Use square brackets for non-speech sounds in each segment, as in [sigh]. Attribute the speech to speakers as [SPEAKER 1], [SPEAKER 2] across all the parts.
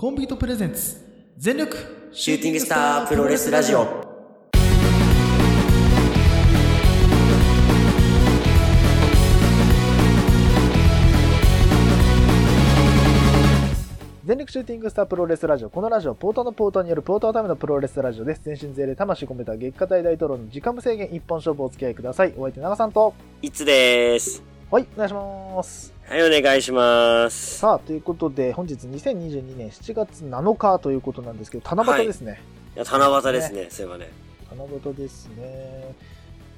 [SPEAKER 1] コンビートプレゼンツ全力
[SPEAKER 2] シューティングスタープロレスラジオ。
[SPEAKER 3] 全力シューティングスタープロレスラジオ。このラジオ、ポーターのポーターによるポーターのためのプロレスラジオです。全身全霊、魂込めた月下大大統領の時間無制限一本勝負をお付き合いください。お相手、長さんと。
[SPEAKER 2] いつです。
[SPEAKER 3] はい、お願いします。
[SPEAKER 2] はい、お願いします。
[SPEAKER 3] さあ、ということで、本日2022年7月7日ということなんですけど、七夕ですね。
[SPEAKER 2] いや、七夕ですね、そういえばね。
[SPEAKER 3] 七夕ですね。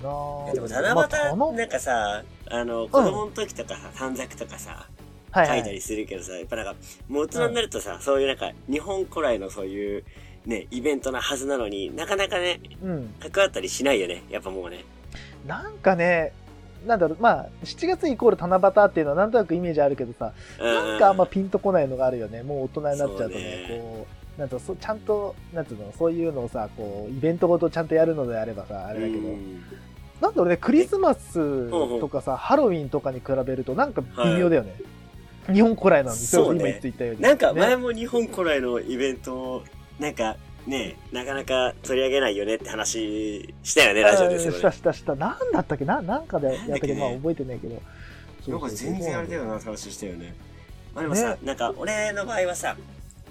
[SPEAKER 3] なあ
[SPEAKER 2] でも七
[SPEAKER 3] まあ
[SPEAKER 2] 夕、なんかさ、あの、子供の時とかさ、短冊とかさ、
[SPEAKER 3] はい
[SPEAKER 2] 書
[SPEAKER 3] はい
[SPEAKER 2] いたりするけどさ、やっぱなんか、もう大人になるとさ、そういうなんか、日本古来のそういう、ね、イベントなはずなのになかなかね、
[SPEAKER 3] うん。
[SPEAKER 2] 関わったりしないよね、やっぱもうね。
[SPEAKER 3] なんかね、なんだろう、まあ、7月イコール七夕っていうのはなんとなくイメージあるけどさ、
[SPEAKER 2] う
[SPEAKER 3] なんかあんまピンとこないのがあるよね。もう大人になっちゃう
[SPEAKER 2] そ
[SPEAKER 3] とね、
[SPEAKER 2] うね
[SPEAKER 3] こう、なんとそちゃんと、なんていうの、そういうのをさ、こう、イベントごとちゃんとやるのであればさ、あれだけど、
[SPEAKER 2] うん
[SPEAKER 3] なんだろうね、クリスマスとかさ、ハロウィンとかに比べると、なんか微妙だよね。日本古来なんですよ、
[SPEAKER 2] そうね
[SPEAKER 3] 今言っていたように。
[SPEAKER 2] なんか前
[SPEAKER 3] ね、
[SPEAKER 2] も日本古来のイベントを、なんかね、なかなか取り上げないよねって話したよね、ラジオですよ
[SPEAKER 3] し
[SPEAKER 2] ね
[SPEAKER 3] た。したした。なんだったっけな、なんかでやったけど、まあ
[SPEAKER 2] なんだっけね
[SPEAKER 3] 覚えてないけど。そ
[SPEAKER 2] なん
[SPEAKER 3] う
[SPEAKER 2] か全然あれだよな、話したよね。まあでもさ
[SPEAKER 3] ね、
[SPEAKER 2] なんか俺の場合はさ、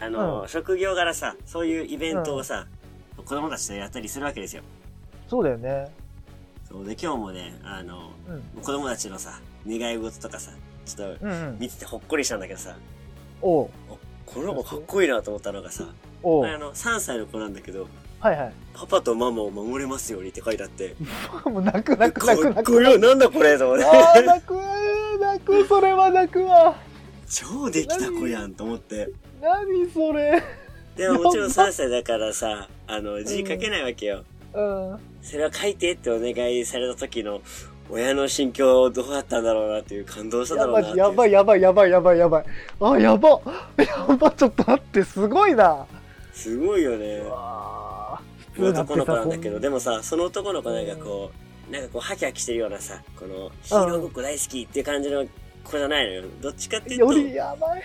[SPEAKER 2] あ
[SPEAKER 3] う
[SPEAKER 2] の、
[SPEAKER 3] ん
[SPEAKER 2] 職業柄さ、そういうイベントをさ、子供たちとやったりするわけですよ。
[SPEAKER 3] そうだよね。
[SPEAKER 2] そうで、今日もね、あの、
[SPEAKER 3] うん。
[SPEAKER 2] 子供たちのさ、願い事とかさ、ちょっと
[SPEAKER 3] うん、うん。
[SPEAKER 2] 見ててほっこりしたんだけどさ、
[SPEAKER 3] おう
[SPEAKER 2] この子かっこいいなと思ったのがさ、
[SPEAKER 3] おう
[SPEAKER 2] あの、3歳の子なんだけど、
[SPEAKER 3] はいはい。 [laughs]
[SPEAKER 2] パパとママを守れますようにって書いてあって、
[SPEAKER 3] もう泣く泣く泣く
[SPEAKER 2] かっ
[SPEAKER 3] 泣く
[SPEAKER 2] こ。いいなんだこれと思って
[SPEAKER 3] あー泣く泣くそれは泣くわ
[SPEAKER 2] 超できた子やんと思って
[SPEAKER 3] 何それ
[SPEAKER 2] でももちろん3歳だからさあの字書けないわけよ、
[SPEAKER 3] うん
[SPEAKER 2] それは書いてってお願いされた時の親の心境どうだったんだろうなっていう感動しただ
[SPEAKER 3] や
[SPEAKER 2] ろうな
[SPEAKER 3] ば
[SPEAKER 2] ってい
[SPEAKER 3] いうやばいやばいやばいやばいやばいあやばやばちょっと待ってすごいな
[SPEAKER 2] すごいよね
[SPEAKER 3] うわー
[SPEAKER 2] 男の子なんだけど
[SPEAKER 3] 普通
[SPEAKER 2] でもさその男の子なんかこうなんかこうハキハキしてるようなさこのヒーローごっこ大好きっていう感じの子じゃないのよどっちかっていうと
[SPEAKER 3] よりやばい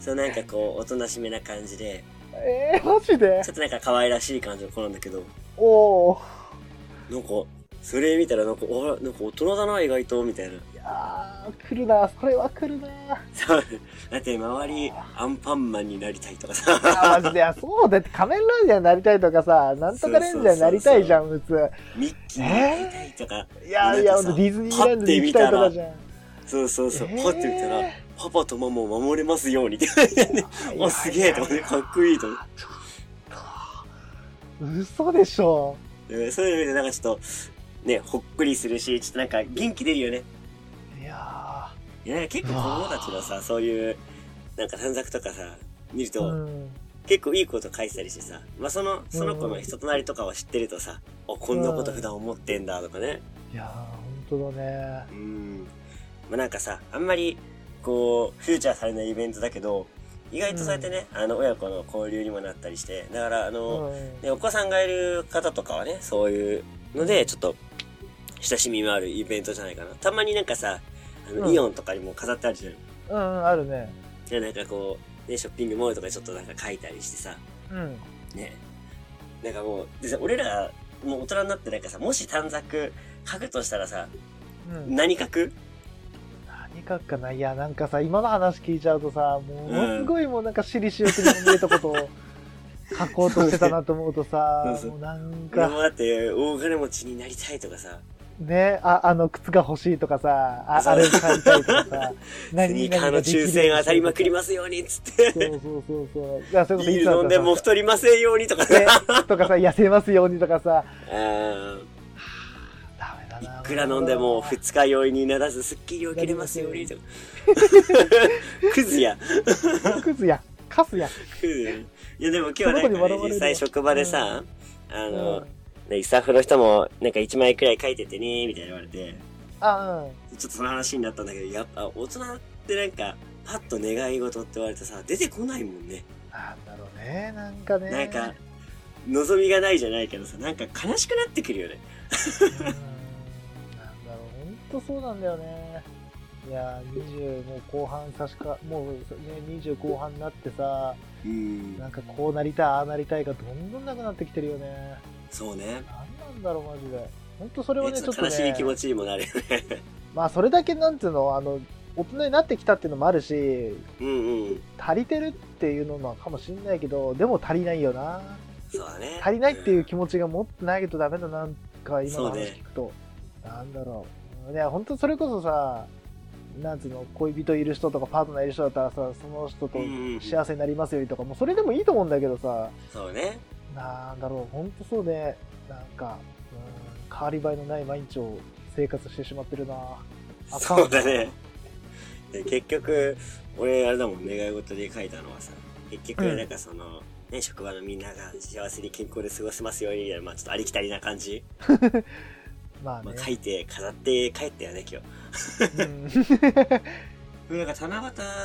[SPEAKER 2] そうなんかこうおとなしめな感じで
[SPEAKER 3] えー、マジで
[SPEAKER 2] ちょっとなんか可愛らしい感じの子なんだけど
[SPEAKER 3] おお
[SPEAKER 2] なんか、それ見たらなんか、あなんか大人だな、意外と、みたいな。 [laughs]
[SPEAKER 3] いやー来るなそれは来るな
[SPEAKER 2] そうだって周り、アンパンマンになりたいとか
[SPEAKER 3] い
[SPEAKER 2] さ。 [laughs]
[SPEAKER 3] やマジでい [laughs] やそうだって仮面ライダーになりたいとかさなんとかレンジャーになりたいじゃん普通
[SPEAKER 2] ミッキーになりたいとか。
[SPEAKER 3] いやいやほんとディズニーランドに行きたいとかじゃん
[SPEAKER 2] そうそうそう。
[SPEAKER 3] え
[SPEAKER 2] パ
[SPEAKER 3] ー
[SPEAKER 2] ッて見たら、パパとママを守れますようにって書いてあるね。 [laughs] お、すげえと思って、かっこいいと思っ
[SPEAKER 3] 嘘でしょ
[SPEAKER 2] て。でそういう意味で、なんかちょっと、ね、ほっくりするし、ちょっとなんか元気出るよね。
[SPEAKER 3] いや
[SPEAKER 2] いや、なんか結構子供たちのさ、そういう、なんか短冊とかさ、見る
[SPEAKER 3] ー
[SPEAKER 2] と、
[SPEAKER 3] うん
[SPEAKER 2] 結構いいこと書いてたりしてさ、まあ、その、その子の人となりとかを知ってるとさ、あ、こんなこと普段思ってんだとかね。
[SPEAKER 3] いやー本当だね
[SPEAKER 2] うん。まあ、なんかさ、あんまり、こう、フューチャーされないイベントだけど、意外とそうやってね、あの、親子の交流にもなったりして、だから、あの、
[SPEAKER 3] う
[SPEAKER 2] ね、お子さんがいる方とかはね、そういうので、ちょっと、親しみもあるイベントじゃないかな。たまになんかさ、あの、
[SPEAKER 3] うん
[SPEAKER 2] イオンとかにも飾ってあるじゃん。
[SPEAKER 3] ん、うん、あるね
[SPEAKER 2] で、なんかこう、ね、ショッピングモールとかでちょっとなんか書いたりしてさ、
[SPEAKER 3] うん
[SPEAKER 2] ねなんかもうでさ俺らもう大人になってなんかさもし短冊書くとしたらさ
[SPEAKER 3] うん、
[SPEAKER 2] 何書く
[SPEAKER 3] 何書くかないやなんかさ今の話聞いちゃうとさものすごいもうなんか私利私欲に見えたことを書こうとしてたなと思うとさ
[SPEAKER 2] そうそう
[SPEAKER 3] もうなん
[SPEAKER 2] 俺も
[SPEAKER 3] か
[SPEAKER 2] だって大金持ちになりたいとかさ
[SPEAKER 3] ねああの靴が欲しいとかさあ
[SPEAKER 2] そう
[SPEAKER 3] あれを買いたいとかさ
[SPEAKER 2] [laughs] スニーカーの抽選当たりまくりますようにっつって
[SPEAKER 3] [laughs] そうそうそうそういやそう
[SPEAKER 2] ビ
[SPEAKER 3] いう
[SPEAKER 2] ー
[SPEAKER 3] こと
[SPEAKER 2] ル飲んでも
[SPEAKER 3] いつ
[SPEAKER 2] 太りませんようにとか
[SPEAKER 3] だ
[SPEAKER 2] ね
[SPEAKER 3] [laughs] ったらさねとかさ痩せますようにとかさ
[SPEAKER 2] あ
[SPEAKER 3] ダメだない
[SPEAKER 2] くら飲んでも二日酔いにならずすっきり起きれますようにとかクズや
[SPEAKER 3] クズや、カスや。
[SPEAKER 2] クズいやでも今日なん
[SPEAKER 3] その子に
[SPEAKER 2] か、ね
[SPEAKER 3] 笑、われ
[SPEAKER 2] 実
[SPEAKER 3] るわ
[SPEAKER 2] 際職場でさ、あ
[SPEAKER 3] う
[SPEAKER 2] の、
[SPEAKER 3] ん
[SPEAKER 2] でスタッフの人もなんか1枚くらい書いててねみたいな言われて
[SPEAKER 3] あ、
[SPEAKER 2] ちょっとその話になったんだけど、やっぱ大人ってなんか、パッと願い事って言われてさ、出てこないもんね。
[SPEAKER 3] うん。なんだろうね、なんかね。
[SPEAKER 2] なんか、望みがないじゃないけどさ、なんか悲しくなってくるよね。
[SPEAKER 3] うんなんだろう、ほんとそうなんだよね。いやー20もう後半差しかもうね20後半になってさ
[SPEAKER 2] うん
[SPEAKER 3] なんかこうなりたいああなりたいがどんどんなくなってきてるよね
[SPEAKER 2] そうね
[SPEAKER 3] 何なんだろうマジで本当それは
[SPEAKER 2] ね
[SPEAKER 3] ね
[SPEAKER 2] ち
[SPEAKER 3] ち
[SPEAKER 2] ょ
[SPEAKER 3] ょ
[SPEAKER 2] っ
[SPEAKER 3] っ
[SPEAKER 2] と
[SPEAKER 3] と
[SPEAKER 2] 悲しい気持
[SPEAKER 3] ね
[SPEAKER 2] ちにもなるよね
[SPEAKER 3] まあそれだけなんていうのあの大人になってきたっていうのもあるし
[SPEAKER 2] うんうん
[SPEAKER 3] 足りてるっていうのもかもしんないけどでも足りないよな
[SPEAKER 2] そうだね
[SPEAKER 3] 足りないっていう気持ちが持ってないとダメだななんか今の話聞くと、なんだろういや本当それこそさなんつうの恋人いる人とかパートナーいる人だったらさその人と
[SPEAKER 2] うん
[SPEAKER 3] 幸せになりますようにとかもうそれでもいいと思うんだけどさ
[SPEAKER 2] そうね
[SPEAKER 3] なんだろう本当そうねなんかうん変わり映えのない毎日を生活してしまってるなあかん
[SPEAKER 2] そうだねで結局俺あれだもん願い事で書いたのはさ結
[SPEAKER 3] う
[SPEAKER 2] 局
[SPEAKER 3] ん
[SPEAKER 2] なんかその、ね、職場のみんなが幸せに健康で過ごせますようにみたいな、まあ、ちょっとありきたりな感じ、
[SPEAKER 3] まあ
[SPEAKER 2] ま
[SPEAKER 3] ね
[SPEAKER 2] あ、書いて飾って帰ったよね今日
[SPEAKER 3] うん [laughs]
[SPEAKER 2] でもなんか七夕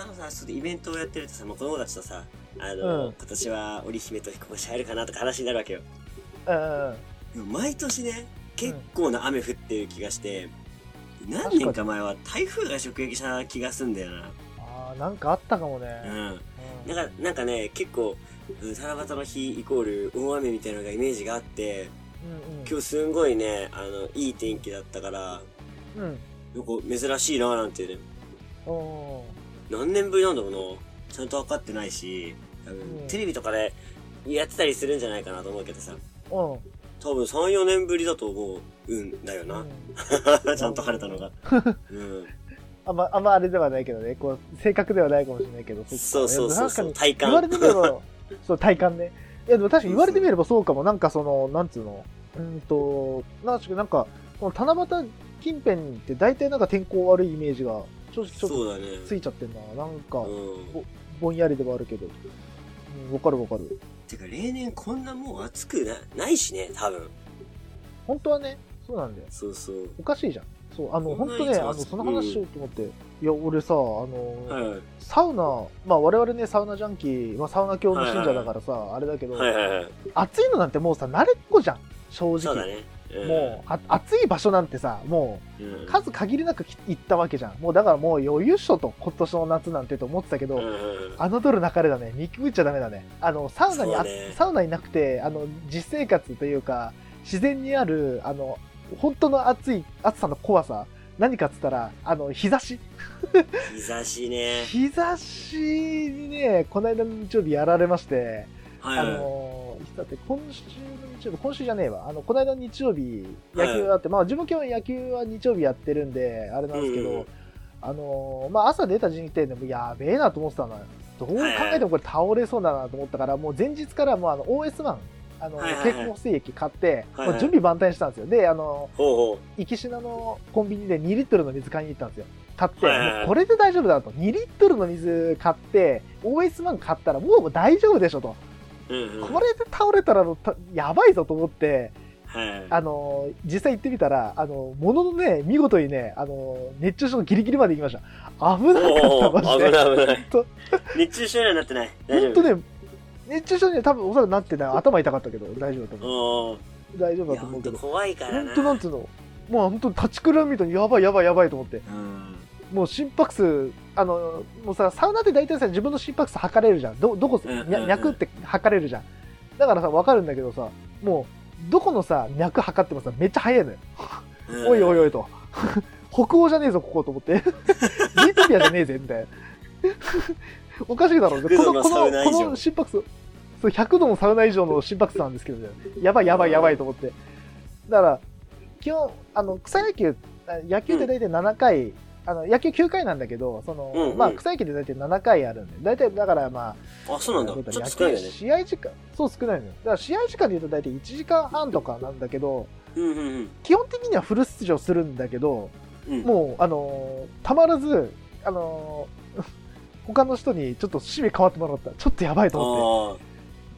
[SPEAKER 2] のさちょっとイベントをやってるとさ、まあ、子供たちとさあの、
[SPEAKER 3] うん
[SPEAKER 2] 今年は織姫と彦星入るかなとか話になるわけよ
[SPEAKER 3] うん
[SPEAKER 2] でも毎年ね結構な雨降ってる気がして、何年か前は台風が直撃した気がすんだよな
[SPEAKER 3] あーなんかあったかもね、
[SPEAKER 2] うん
[SPEAKER 3] うん
[SPEAKER 2] なんかなんかね結構うん七夕の日イコール大雨みたいなのがイメージがあって
[SPEAKER 3] うんうん
[SPEAKER 2] 今日すんごいねあのいい天気だったから
[SPEAKER 3] うん
[SPEAKER 2] なんか珍しいななんてね
[SPEAKER 3] お
[SPEAKER 2] 何年ぶりなんだろうなちゃんと分かってないし多分
[SPEAKER 3] うん
[SPEAKER 2] テレビとかでやってたりするんじゃないかなと思うけどさ
[SPEAKER 3] ー
[SPEAKER 2] 多分34年ぶりだと思うんだよ
[SPEAKER 3] うん、う
[SPEAKER 2] な、[laughs]
[SPEAKER 3] ん
[SPEAKER 2] ちゃんと晴れた
[SPEAKER 3] [laughs]
[SPEAKER 2] のがうん
[SPEAKER 3] あんま、あんまあれではないけどね、こう、正確ではないかもしれないけど、っか
[SPEAKER 2] そうそうそうそう
[SPEAKER 3] いや確か
[SPEAKER 2] 体
[SPEAKER 3] に、言われ
[SPEAKER 2] 感
[SPEAKER 3] てみれ
[SPEAKER 2] [laughs]
[SPEAKER 3] ば、そう、体感ね。いや、でも確かに言われてみればそうかも、なんかその、なんつうの、うーんと、なんか、なんか、この七夕近辺って大体なんか天候悪いイメージが、正直ちょ
[SPEAKER 2] そう
[SPEAKER 3] っと
[SPEAKER 2] だね
[SPEAKER 3] ついちゃってんな。なんか、
[SPEAKER 2] うん
[SPEAKER 3] ぼんやりではあるけど。うん、わかるわかる。
[SPEAKER 2] てか例年こんなもう暑くなないしね多分
[SPEAKER 3] 本当はね、そうなんだよ。
[SPEAKER 2] そうそう
[SPEAKER 3] おかしいじゃん。そう、あの、
[SPEAKER 2] そん
[SPEAKER 3] 本
[SPEAKER 2] な
[SPEAKER 3] 当ね、
[SPEAKER 2] いつ
[SPEAKER 3] あ
[SPEAKER 2] も
[SPEAKER 3] の、その話しようと思って。いや、俺さ、あの、
[SPEAKER 2] はい
[SPEAKER 3] サウナ、まあ我々ね、サウナジャンキー、まあ、サウナ教の信者だからさ、あれだけど、
[SPEAKER 2] はいはいはい。
[SPEAKER 3] 暑いのなんてもうさ、慣れっこじゃん、正
[SPEAKER 2] そうだ
[SPEAKER 3] 直。
[SPEAKER 2] ね。
[SPEAKER 3] もうあ、暑い場所なんてさ、も
[SPEAKER 2] うん、
[SPEAKER 3] う数限りなくき行ったわけじゃん。もうだからもう余裕っしょと、今年の夏なんてと思ってたけど、
[SPEAKER 2] うんうん
[SPEAKER 3] 侮るなかれだね、見くぐっちゃダメだね。あの、サウナに、あ
[SPEAKER 2] そうね
[SPEAKER 3] サウナになくて、あの、実生活というか、自然にある、あの、本当の暑い、暑さの怖さ、何かっつったら、あの、日差し。
[SPEAKER 2] 日差しね。
[SPEAKER 3] 日差しにね、この間の日曜日やられまして、
[SPEAKER 2] はい
[SPEAKER 3] あ
[SPEAKER 2] はい。
[SPEAKER 3] のー、いつだって今週の日曜日、今週じゃねえわ、あの、この間の日曜日、野球あって、まあ自分基本野球は日曜日やってるんで、あれなんですけ
[SPEAKER 2] うんうん
[SPEAKER 3] ど、あのー、まあ朝出た時点でもうやべえなと思ってたのよ。どう考えてもこれ倒れそうだなと思ったから、もう前日からもうあの OS1、あの、
[SPEAKER 2] はいはいはい
[SPEAKER 3] 蛍光補水液買って、
[SPEAKER 2] はいはい
[SPEAKER 3] もう準備万端にしたんですよ。で、あのー、
[SPEAKER 2] ほうほ
[SPEAKER 3] 行きしなのコンビニで2リットルの水買いに行ったんですよ。買って、
[SPEAKER 2] はいはいはい
[SPEAKER 3] もうこれで大丈夫だと。2リットルの水買って、OS1 買ったらもう大丈夫でしょと。
[SPEAKER 2] う。うんうん。
[SPEAKER 3] これで倒れたらたやばいぞと思って、
[SPEAKER 2] はい。
[SPEAKER 3] あのー実際行ってみたら、あのーもののね、見事にね、あのー熱中症ギリギリまで行きました。危な
[SPEAKER 2] おお
[SPEAKER 3] かった、マ
[SPEAKER 2] 危
[SPEAKER 3] ジで。 [laughs]
[SPEAKER 2] ない危ない
[SPEAKER 3] と。
[SPEAKER 2] 熱中症にはなってない。大丈夫。
[SPEAKER 3] 本当ね、熱中症には多分おそらくなってない。頭痛かったけど、大丈夫だと思う。
[SPEAKER 2] お
[SPEAKER 3] 大丈夫
[SPEAKER 2] お。い
[SPEAKER 3] だ
[SPEAKER 2] や
[SPEAKER 3] と思
[SPEAKER 2] 本
[SPEAKER 3] うけ
[SPEAKER 2] 当
[SPEAKER 3] ど。
[SPEAKER 2] 怖いから
[SPEAKER 3] 本
[SPEAKER 2] な。
[SPEAKER 3] 当なんつうの、もう本当立ちくらみみたいに、やばいやばいやばいと思って。
[SPEAKER 2] うん。
[SPEAKER 3] もう心拍数、あの、もうさ、サウナって大体さ、自分の心拍数測れるじゃん。ど、どこ、
[SPEAKER 2] うんうんうん
[SPEAKER 3] 脈脈って測れるじゃん。だからさ、わかるんだけどさ、もう、どこのさ、脈測ってもさ、めっちゃ速いのよ。
[SPEAKER 2] うん
[SPEAKER 3] おいおいおいと。北欧じゃねえぞ、ここと思
[SPEAKER 2] [laughs]
[SPEAKER 3] って。ジートピアじゃねえぜ、みたいな。おかしいだろ、こ
[SPEAKER 2] 100度
[SPEAKER 3] の、
[SPEAKER 2] の
[SPEAKER 3] こ
[SPEAKER 2] サウナ
[SPEAKER 3] の、
[SPEAKER 2] 以上
[SPEAKER 3] この心拍数。そう、100度のサウナ以上の心拍数なんですけどね、やばいやばいやばいと思って。だから、基本、あの、草野球、あ野球って大体7回、あの、野球9回なんだけど、その、
[SPEAKER 2] うんうん
[SPEAKER 3] まあ、草野球って大体7回あるんで、大体、だからまあ、
[SPEAKER 2] あ、そうなんだ。ちょっと少ないよね
[SPEAKER 3] 野球。試合時間、そう少ないのよ。だから試合時間で言うと大体1時間半とかなんだけど、
[SPEAKER 2] うんうん
[SPEAKER 3] 基本的にはフル出場するんだけど、
[SPEAKER 2] うん。うん。
[SPEAKER 3] もう、あのーたまらず、あのー [laughs] 他の人にちょっと趣味変わってもらった。ちょっとやばいと思っ
[SPEAKER 2] お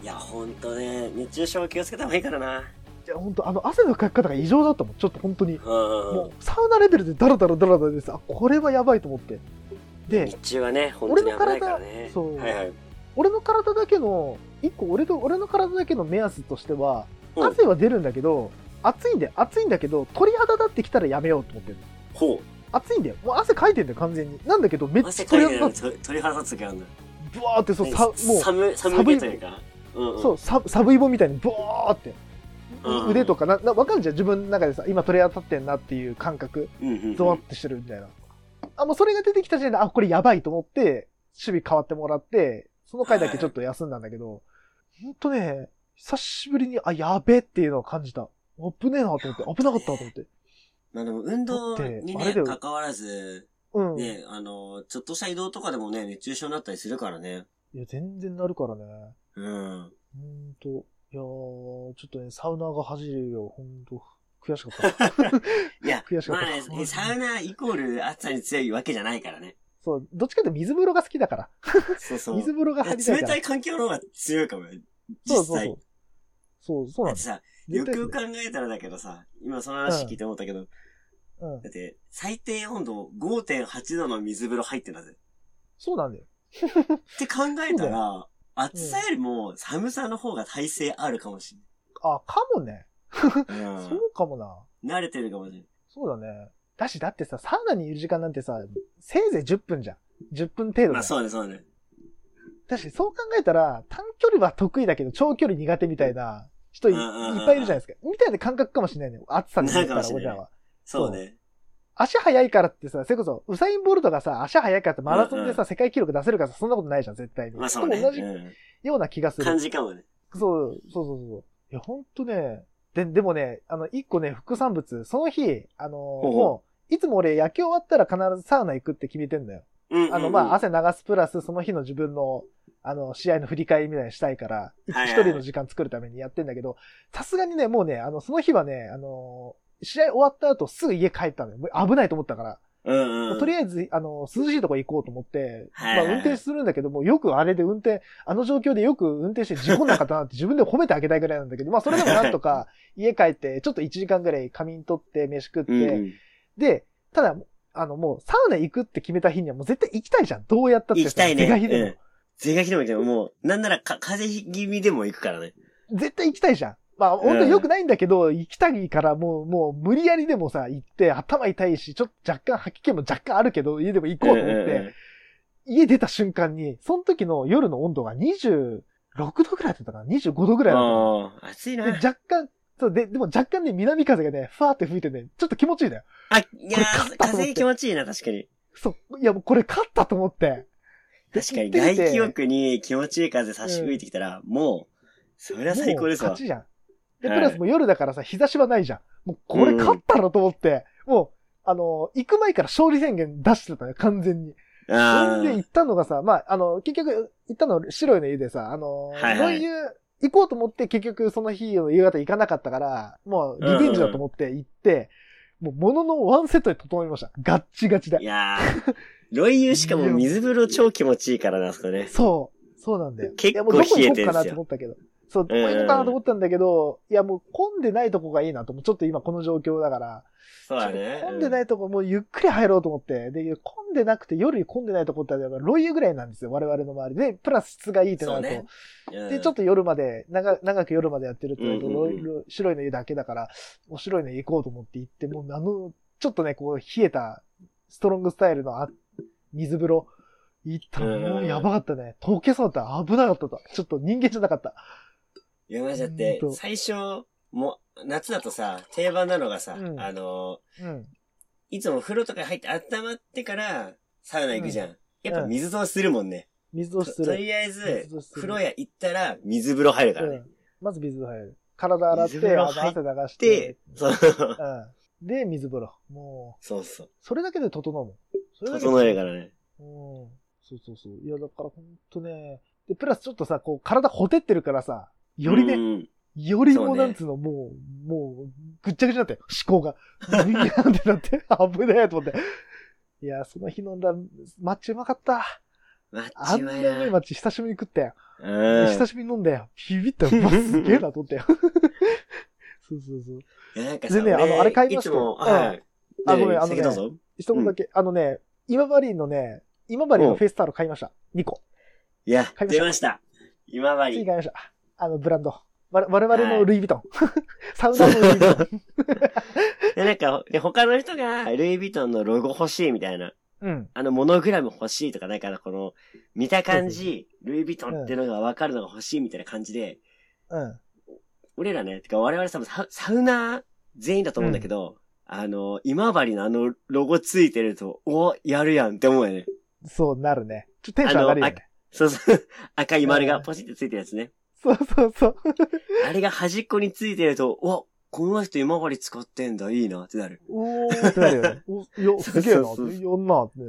[SPEAKER 2] ーいや、本当ね、熱中症気をつけた方がいいからな。
[SPEAKER 3] て。いや、本当あの、汗のかき方が異常だったもん。ちょっと本当に。
[SPEAKER 2] う
[SPEAKER 3] も
[SPEAKER 2] ん。
[SPEAKER 3] う、サウナレベルでダラダラダラダラです。あ、これはやばいと思って。で
[SPEAKER 2] 日、中はね、本当に危ないから
[SPEAKER 3] 俺の
[SPEAKER 2] ね
[SPEAKER 3] 体。そう
[SPEAKER 2] はいはい。
[SPEAKER 3] 俺の体だけの、一個俺と、俺の体だけの目安としては、
[SPEAKER 2] うん
[SPEAKER 3] 汗は出るんだけど、暑いんで、暑いんだけど、鳥肌立ってきたらやめようと思ってる。
[SPEAKER 2] ほう。
[SPEAKER 3] 暑いんだよ。もう汗かいてんだよ、完全に。なんだけど、めっち
[SPEAKER 2] 汗
[SPEAKER 3] ゃ
[SPEAKER 2] か
[SPEAKER 3] 鳥
[SPEAKER 2] いて
[SPEAKER 3] 肌
[SPEAKER 2] る
[SPEAKER 3] 立つ。
[SPEAKER 2] と鳥肌立つ時あるんだ
[SPEAKER 3] ブワーって、そう、さもう、
[SPEAKER 2] 何寒寒いというかうんうん
[SPEAKER 3] そう、ササブイボみたいにブワーって。
[SPEAKER 2] うん
[SPEAKER 3] 腕とかな、な、わかるじゃん、自分の中でさ、今鳥肌立ってんなっていう感覚、
[SPEAKER 2] うんうんうん
[SPEAKER 3] ゾワってしてるみたいな。あ、もうそれが出てきた時点で、あ、これやばいと思って、守備変わってもらって、その回だけちょっと休んだんだけど、ほんとね、久しぶりに、あ、やべえっていうのを感じた。危ねえなと思って、危なかったと思って。
[SPEAKER 2] まあでも運動に
[SPEAKER 3] だってあれ
[SPEAKER 2] ね
[SPEAKER 3] だよ
[SPEAKER 2] 関わらず
[SPEAKER 3] うん。
[SPEAKER 2] ねあのちょっとした移動とかでもね熱中症になったりするからね
[SPEAKER 3] いや、全然なるからね。
[SPEAKER 2] うん
[SPEAKER 3] ほんと。いやー、ちょっとね、サウナーが走るよ。ほんと。悔しかった。
[SPEAKER 2] いや
[SPEAKER 3] 悔しかっ
[SPEAKER 2] [laughs] ま
[SPEAKER 3] た
[SPEAKER 2] あねサウナイコール暑さに強いわけじゃないからね
[SPEAKER 3] そう、どっちかというと水風呂が好きだから。
[SPEAKER 2] そうそう
[SPEAKER 3] 水風呂が入りたい
[SPEAKER 2] 冷
[SPEAKER 3] から。
[SPEAKER 2] たい環境の方が強いかもよ
[SPEAKER 3] そう
[SPEAKER 2] 実
[SPEAKER 3] そうそ
[SPEAKER 2] 際
[SPEAKER 3] う。そう、そう
[SPEAKER 2] だ
[SPEAKER 3] な
[SPEAKER 2] っ
[SPEAKER 3] ん
[SPEAKER 2] て
[SPEAKER 3] です。
[SPEAKER 2] さ [laughs] よ
[SPEAKER 3] 絶
[SPEAKER 2] く
[SPEAKER 3] 対
[SPEAKER 2] よく考えたらだけどさ今その話聞いて思ったけど
[SPEAKER 3] うん
[SPEAKER 2] だ。って最低温度5.8度の水風呂入ってんだぜ
[SPEAKER 3] そうなんだよ。
[SPEAKER 2] って考え
[SPEAKER 3] そう
[SPEAKER 2] た
[SPEAKER 3] だ
[SPEAKER 2] ら、暑さよりも寒さの方が耐性あるかもし
[SPEAKER 3] あ、かもね。
[SPEAKER 2] れない。
[SPEAKER 3] そうかもな。
[SPEAKER 2] 慣れてるかもしれない。
[SPEAKER 3] そうだね。だし、だってさ、サウナにいる時間なんてさ、せいぜい10分じゃん。10分程
[SPEAKER 2] ま
[SPEAKER 3] 度だ
[SPEAKER 2] あ
[SPEAKER 3] よ。
[SPEAKER 2] そうね、そうね。
[SPEAKER 3] だし、そう考えたら、短距離は得意だけど、長距離苦手みたいな人い
[SPEAKER 2] うんうんうんうん
[SPEAKER 3] いっぱいいるじゃないですか。みたいな感覚かもしれないね。暑さになった
[SPEAKER 2] なる
[SPEAKER 3] ら、
[SPEAKER 2] かもし
[SPEAKER 3] 俺
[SPEAKER 2] れない
[SPEAKER 3] らは。
[SPEAKER 2] そうね。
[SPEAKER 3] 足速いからってさ、それこそ、ウサイン・ボルトがさ、足速いからってマラソンで
[SPEAKER 2] うんう
[SPEAKER 3] さ、世界記録出せるからさ、そんなことないじゃん、絶対に。
[SPEAKER 2] まあそうね。
[SPEAKER 3] でも同じ
[SPEAKER 2] う
[SPEAKER 3] ような気がす
[SPEAKER 2] ん、
[SPEAKER 3] る。
[SPEAKER 2] 感じかもね。
[SPEAKER 3] そう、そうそうそう。いや、ほんとね。で、でもね、あの、一個ね、副産物、その日、あのー
[SPEAKER 2] ほう
[SPEAKER 3] もう、いつも俺、野球終わったら必ずサウナ行くって決めてんだよ。
[SPEAKER 2] うんうんうん
[SPEAKER 3] あの、まあ、汗流すプラス、その日の自分の、あの、試合の振り返りみたいにしたいから、一
[SPEAKER 2] はいはい
[SPEAKER 3] 一人の時間作るためにやってんだけど、さすがにね、もうね、あの、その日はね、あのー試合終わった後、すぐ家帰ったのよ。もう危ないと思ったから。
[SPEAKER 2] [laughs] うんうん。
[SPEAKER 3] とりあえず、あの、涼しいとこ行こうと思って、
[SPEAKER 2] はい
[SPEAKER 3] まあ運転するんだけども、よくあれで運転、あの状況でよく運転して事故なかったなって自分で褒めてあげたいぐらいなんだけど、まあそれでもなんとか家帰って、ちょっと1時間ぐらい仮眠取って、飯食って、
[SPEAKER 2] うんうん
[SPEAKER 3] で、ただ、あのもうサウナ行くって決めた日にはもう絶対行きたいじゃん。どうやったって
[SPEAKER 2] 行
[SPEAKER 3] さ。
[SPEAKER 2] きたいね。
[SPEAKER 3] 手がひでも
[SPEAKER 2] うん。是が非でもいいけど、もう、なんならか、風邪気味でも行くからね。
[SPEAKER 3] 絶対行きたいじゃん。まあ、本当に良くないんだけど、行きたいから、もう、もう、無理やりでもさ、行って、頭痛いし、ちょっと若干吐き気も若干あるけど、家でも行こうと思っ
[SPEAKER 2] んん
[SPEAKER 3] て
[SPEAKER 2] う、ん
[SPEAKER 3] 家出た瞬間に、その時の夜の温度が26度ぐらいだったかな ?25 度ぐらいだっ
[SPEAKER 2] ああ、暑い
[SPEAKER 3] た
[SPEAKER 2] な
[SPEAKER 3] かな。。で、若干、そう、で、でも若干ね、南風がね、ふわーって吹いてね、ちょっと気持ちいいんだよ。
[SPEAKER 2] あ、いや
[SPEAKER 3] これ勝
[SPEAKER 2] ー、
[SPEAKER 3] ったと思っ
[SPEAKER 2] 風
[SPEAKER 3] て
[SPEAKER 2] 気持ちいいな、確かに。
[SPEAKER 3] そう、いやもうこれ勝ったと思って。で
[SPEAKER 2] 確かに、
[SPEAKER 3] 行ってみて
[SPEAKER 2] 外気浴に気持ちいい風差し吹いてきたら、もう、そりゃ最高です
[SPEAKER 3] もう
[SPEAKER 2] わ
[SPEAKER 3] 勝。ちじゃん。で、プ
[SPEAKER 2] はい
[SPEAKER 3] ラスもう夜だからさ、日差しはないじゃん。もうこれ勝ったらと思って、もう、あの、行く前から勝利宣言出してたのよ、完全に。
[SPEAKER 2] あ
[SPEAKER 3] そ
[SPEAKER 2] あ
[SPEAKER 3] れで行ったのがさ、まあ、あの、結局、行ったの、白いの家でさ、あの、
[SPEAKER 2] はいはい
[SPEAKER 3] そういう、行こうと思って結局その日の夕方行かなかったから、もうリベンジだと思って行って、もうもののワンセットで整いました。ガッチガチで
[SPEAKER 2] い。やー、ロイユしかも水風呂超気持ちいいからな、あそこ
[SPEAKER 3] [laughs]
[SPEAKER 2] ね。
[SPEAKER 3] そう、そうなんだよ。
[SPEAKER 2] 結構
[SPEAKER 3] いやもうどこ行こうか
[SPEAKER 2] 冷えてるん
[SPEAKER 3] な
[SPEAKER 2] す
[SPEAKER 3] と
[SPEAKER 2] よ
[SPEAKER 3] 思ったけど。そう、どこ行こうかなと思ったんだけど、いやもう混んでないとこがいいなと思う。ちょっと今この状況だから。
[SPEAKER 2] そうだね。
[SPEAKER 3] 混んでないとこもうゆっくり入ろうと思って。で、混んでなくて夜混んでないとこってやっぱロイユぐらいなんですよ。我々の周りで。プラス質がいいってなると。
[SPEAKER 2] そうねうん。
[SPEAKER 3] で、ちょっと夜まで、長長く夜までやってると、
[SPEAKER 2] うんうんうん
[SPEAKER 3] ロイ白いの湯だけだから、お白いの湯行こうと思って行って、もうあの、ちょっとね、こう、冷えた、ストロングスタイルのあ水風呂、行ったら、もうやばかったね。溶けそうだった。危なかったと。ちょっと人間じゃなかった。
[SPEAKER 2] いや、マジだって
[SPEAKER 3] ほん、と
[SPEAKER 2] 最初、もう、夏だとさ、定番なのがさ、
[SPEAKER 3] うん
[SPEAKER 2] あの、
[SPEAKER 3] うん。
[SPEAKER 2] いつも風呂とか入って温まってから、サウナ行くじゃん。やっぱ
[SPEAKER 3] うん
[SPEAKER 2] 水通しするもんね。
[SPEAKER 3] 水を
[SPEAKER 2] と
[SPEAKER 3] す
[SPEAKER 2] と
[SPEAKER 3] る。
[SPEAKER 2] りあえず
[SPEAKER 3] 水道、する
[SPEAKER 2] 風呂屋行ったら、水風呂入るか
[SPEAKER 3] う
[SPEAKER 2] らね。
[SPEAKER 3] ん。まず水風呂入る。体洗っ
[SPEAKER 2] 水風
[SPEAKER 3] て、あ
[SPEAKER 2] 呂
[SPEAKER 3] の
[SPEAKER 2] 入っ
[SPEAKER 3] 汗流し
[SPEAKER 2] で
[SPEAKER 3] て。、
[SPEAKER 2] そう、
[SPEAKER 3] うん。で、水風呂。もう、
[SPEAKER 2] そうそう。
[SPEAKER 3] それだけで整うもん。それだけで
[SPEAKER 2] 整えるからね。
[SPEAKER 3] うんそうそうそう。いや、だからほんとね。で、プラスちょっとさ、こう、体ほてってるからさ、より
[SPEAKER 2] う
[SPEAKER 3] ね、
[SPEAKER 2] ん
[SPEAKER 3] より
[SPEAKER 2] そ
[SPEAKER 3] も
[SPEAKER 2] うね
[SPEAKER 3] うなんつうの、もう、もう、ぐっちゃぐちゃだったよ。思考が。 [laughs] いやーってなって、危ねえと思って。いやー、その日飲んだ、マッチうまかった。
[SPEAKER 2] マッ
[SPEAKER 3] あ
[SPEAKER 2] チ
[SPEAKER 3] んな
[SPEAKER 2] マ
[SPEAKER 3] う
[SPEAKER 2] イ
[SPEAKER 3] まい
[SPEAKER 2] な。
[SPEAKER 3] マッチ久しぶりに食ったよ。
[SPEAKER 2] うん。
[SPEAKER 3] 久しぶりに飲んだよ。ビビったよ。うわ、すげえなと思 [laughs] ったよ。そうそうそう。
[SPEAKER 2] いやなんかさ、
[SPEAKER 3] でねあの
[SPEAKER 2] 俺
[SPEAKER 3] あれ買いました
[SPEAKER 2] いつも、
[SPEAKER 3] うん
[SPEAKER 2] はい。
[SPEAKER 3] あ
[SPEAKER 2] ね
[SPEAKER 3] ごめんあの
[SPEAKER 2] 先
[SPEAKER 3] ね
[SPEAKER 2] どうぞ。
[SPEAKER 3] 一言だけ、あのね、今治のね、今治のフェイスタオル買いました。2個。
[SPEAKER 2] いや、
[SPEAKER 3] 買いました
[SPEAKER 2] 出ました。今
[SPEAKER 3] 次
[SPEAKER 2] 治。
[SPEAKER 3] 買いました。あの、ブランド。わ我々のルイ・ヴィトン。 [laughs] サウナのルイ・ヴィトン。
[SPEAKER 2] [laughs] で、なんか、で他の人が、ルイ・ヴィトンのロゴ欲しいみたいな、
[SPEAKER 3] うん。
[SPEAKER 2] あの、モノグラム欲しいとか、だからこの、見た感じ、ルイ・ヴィトンってのが分かるのが欲しいみたいな感じで、
[SPEAKER 3] うん。
[SPEAKER 2] 俺らね、てか我々さ、ササウナー全員だと思うんだけど、あの、今治のあのロゴついてると、お、やるやんって思うよね。
[SPEAKER 3] そうなるね。ちょっとテンション上がるよね。
[SPEAKER 2] そうそう。 [laughs] 赤い丸
[SPEAKER 3] う
[SPEAKER 2] が
[SPEAKER 3] ん
[SPEAKER 2] ポチってついてるやつね。
[SPEAKER 3] そうそうそう。
[SPEAKER 2] あれが端っこについてると、お、この人今治使ってんだ、いいなってなる。
[SPEAKER 3] おーってなるよね。およ、すげえな。
[SPEAKER 2] そうそうそう
[SPEAKER 3] よんなってね。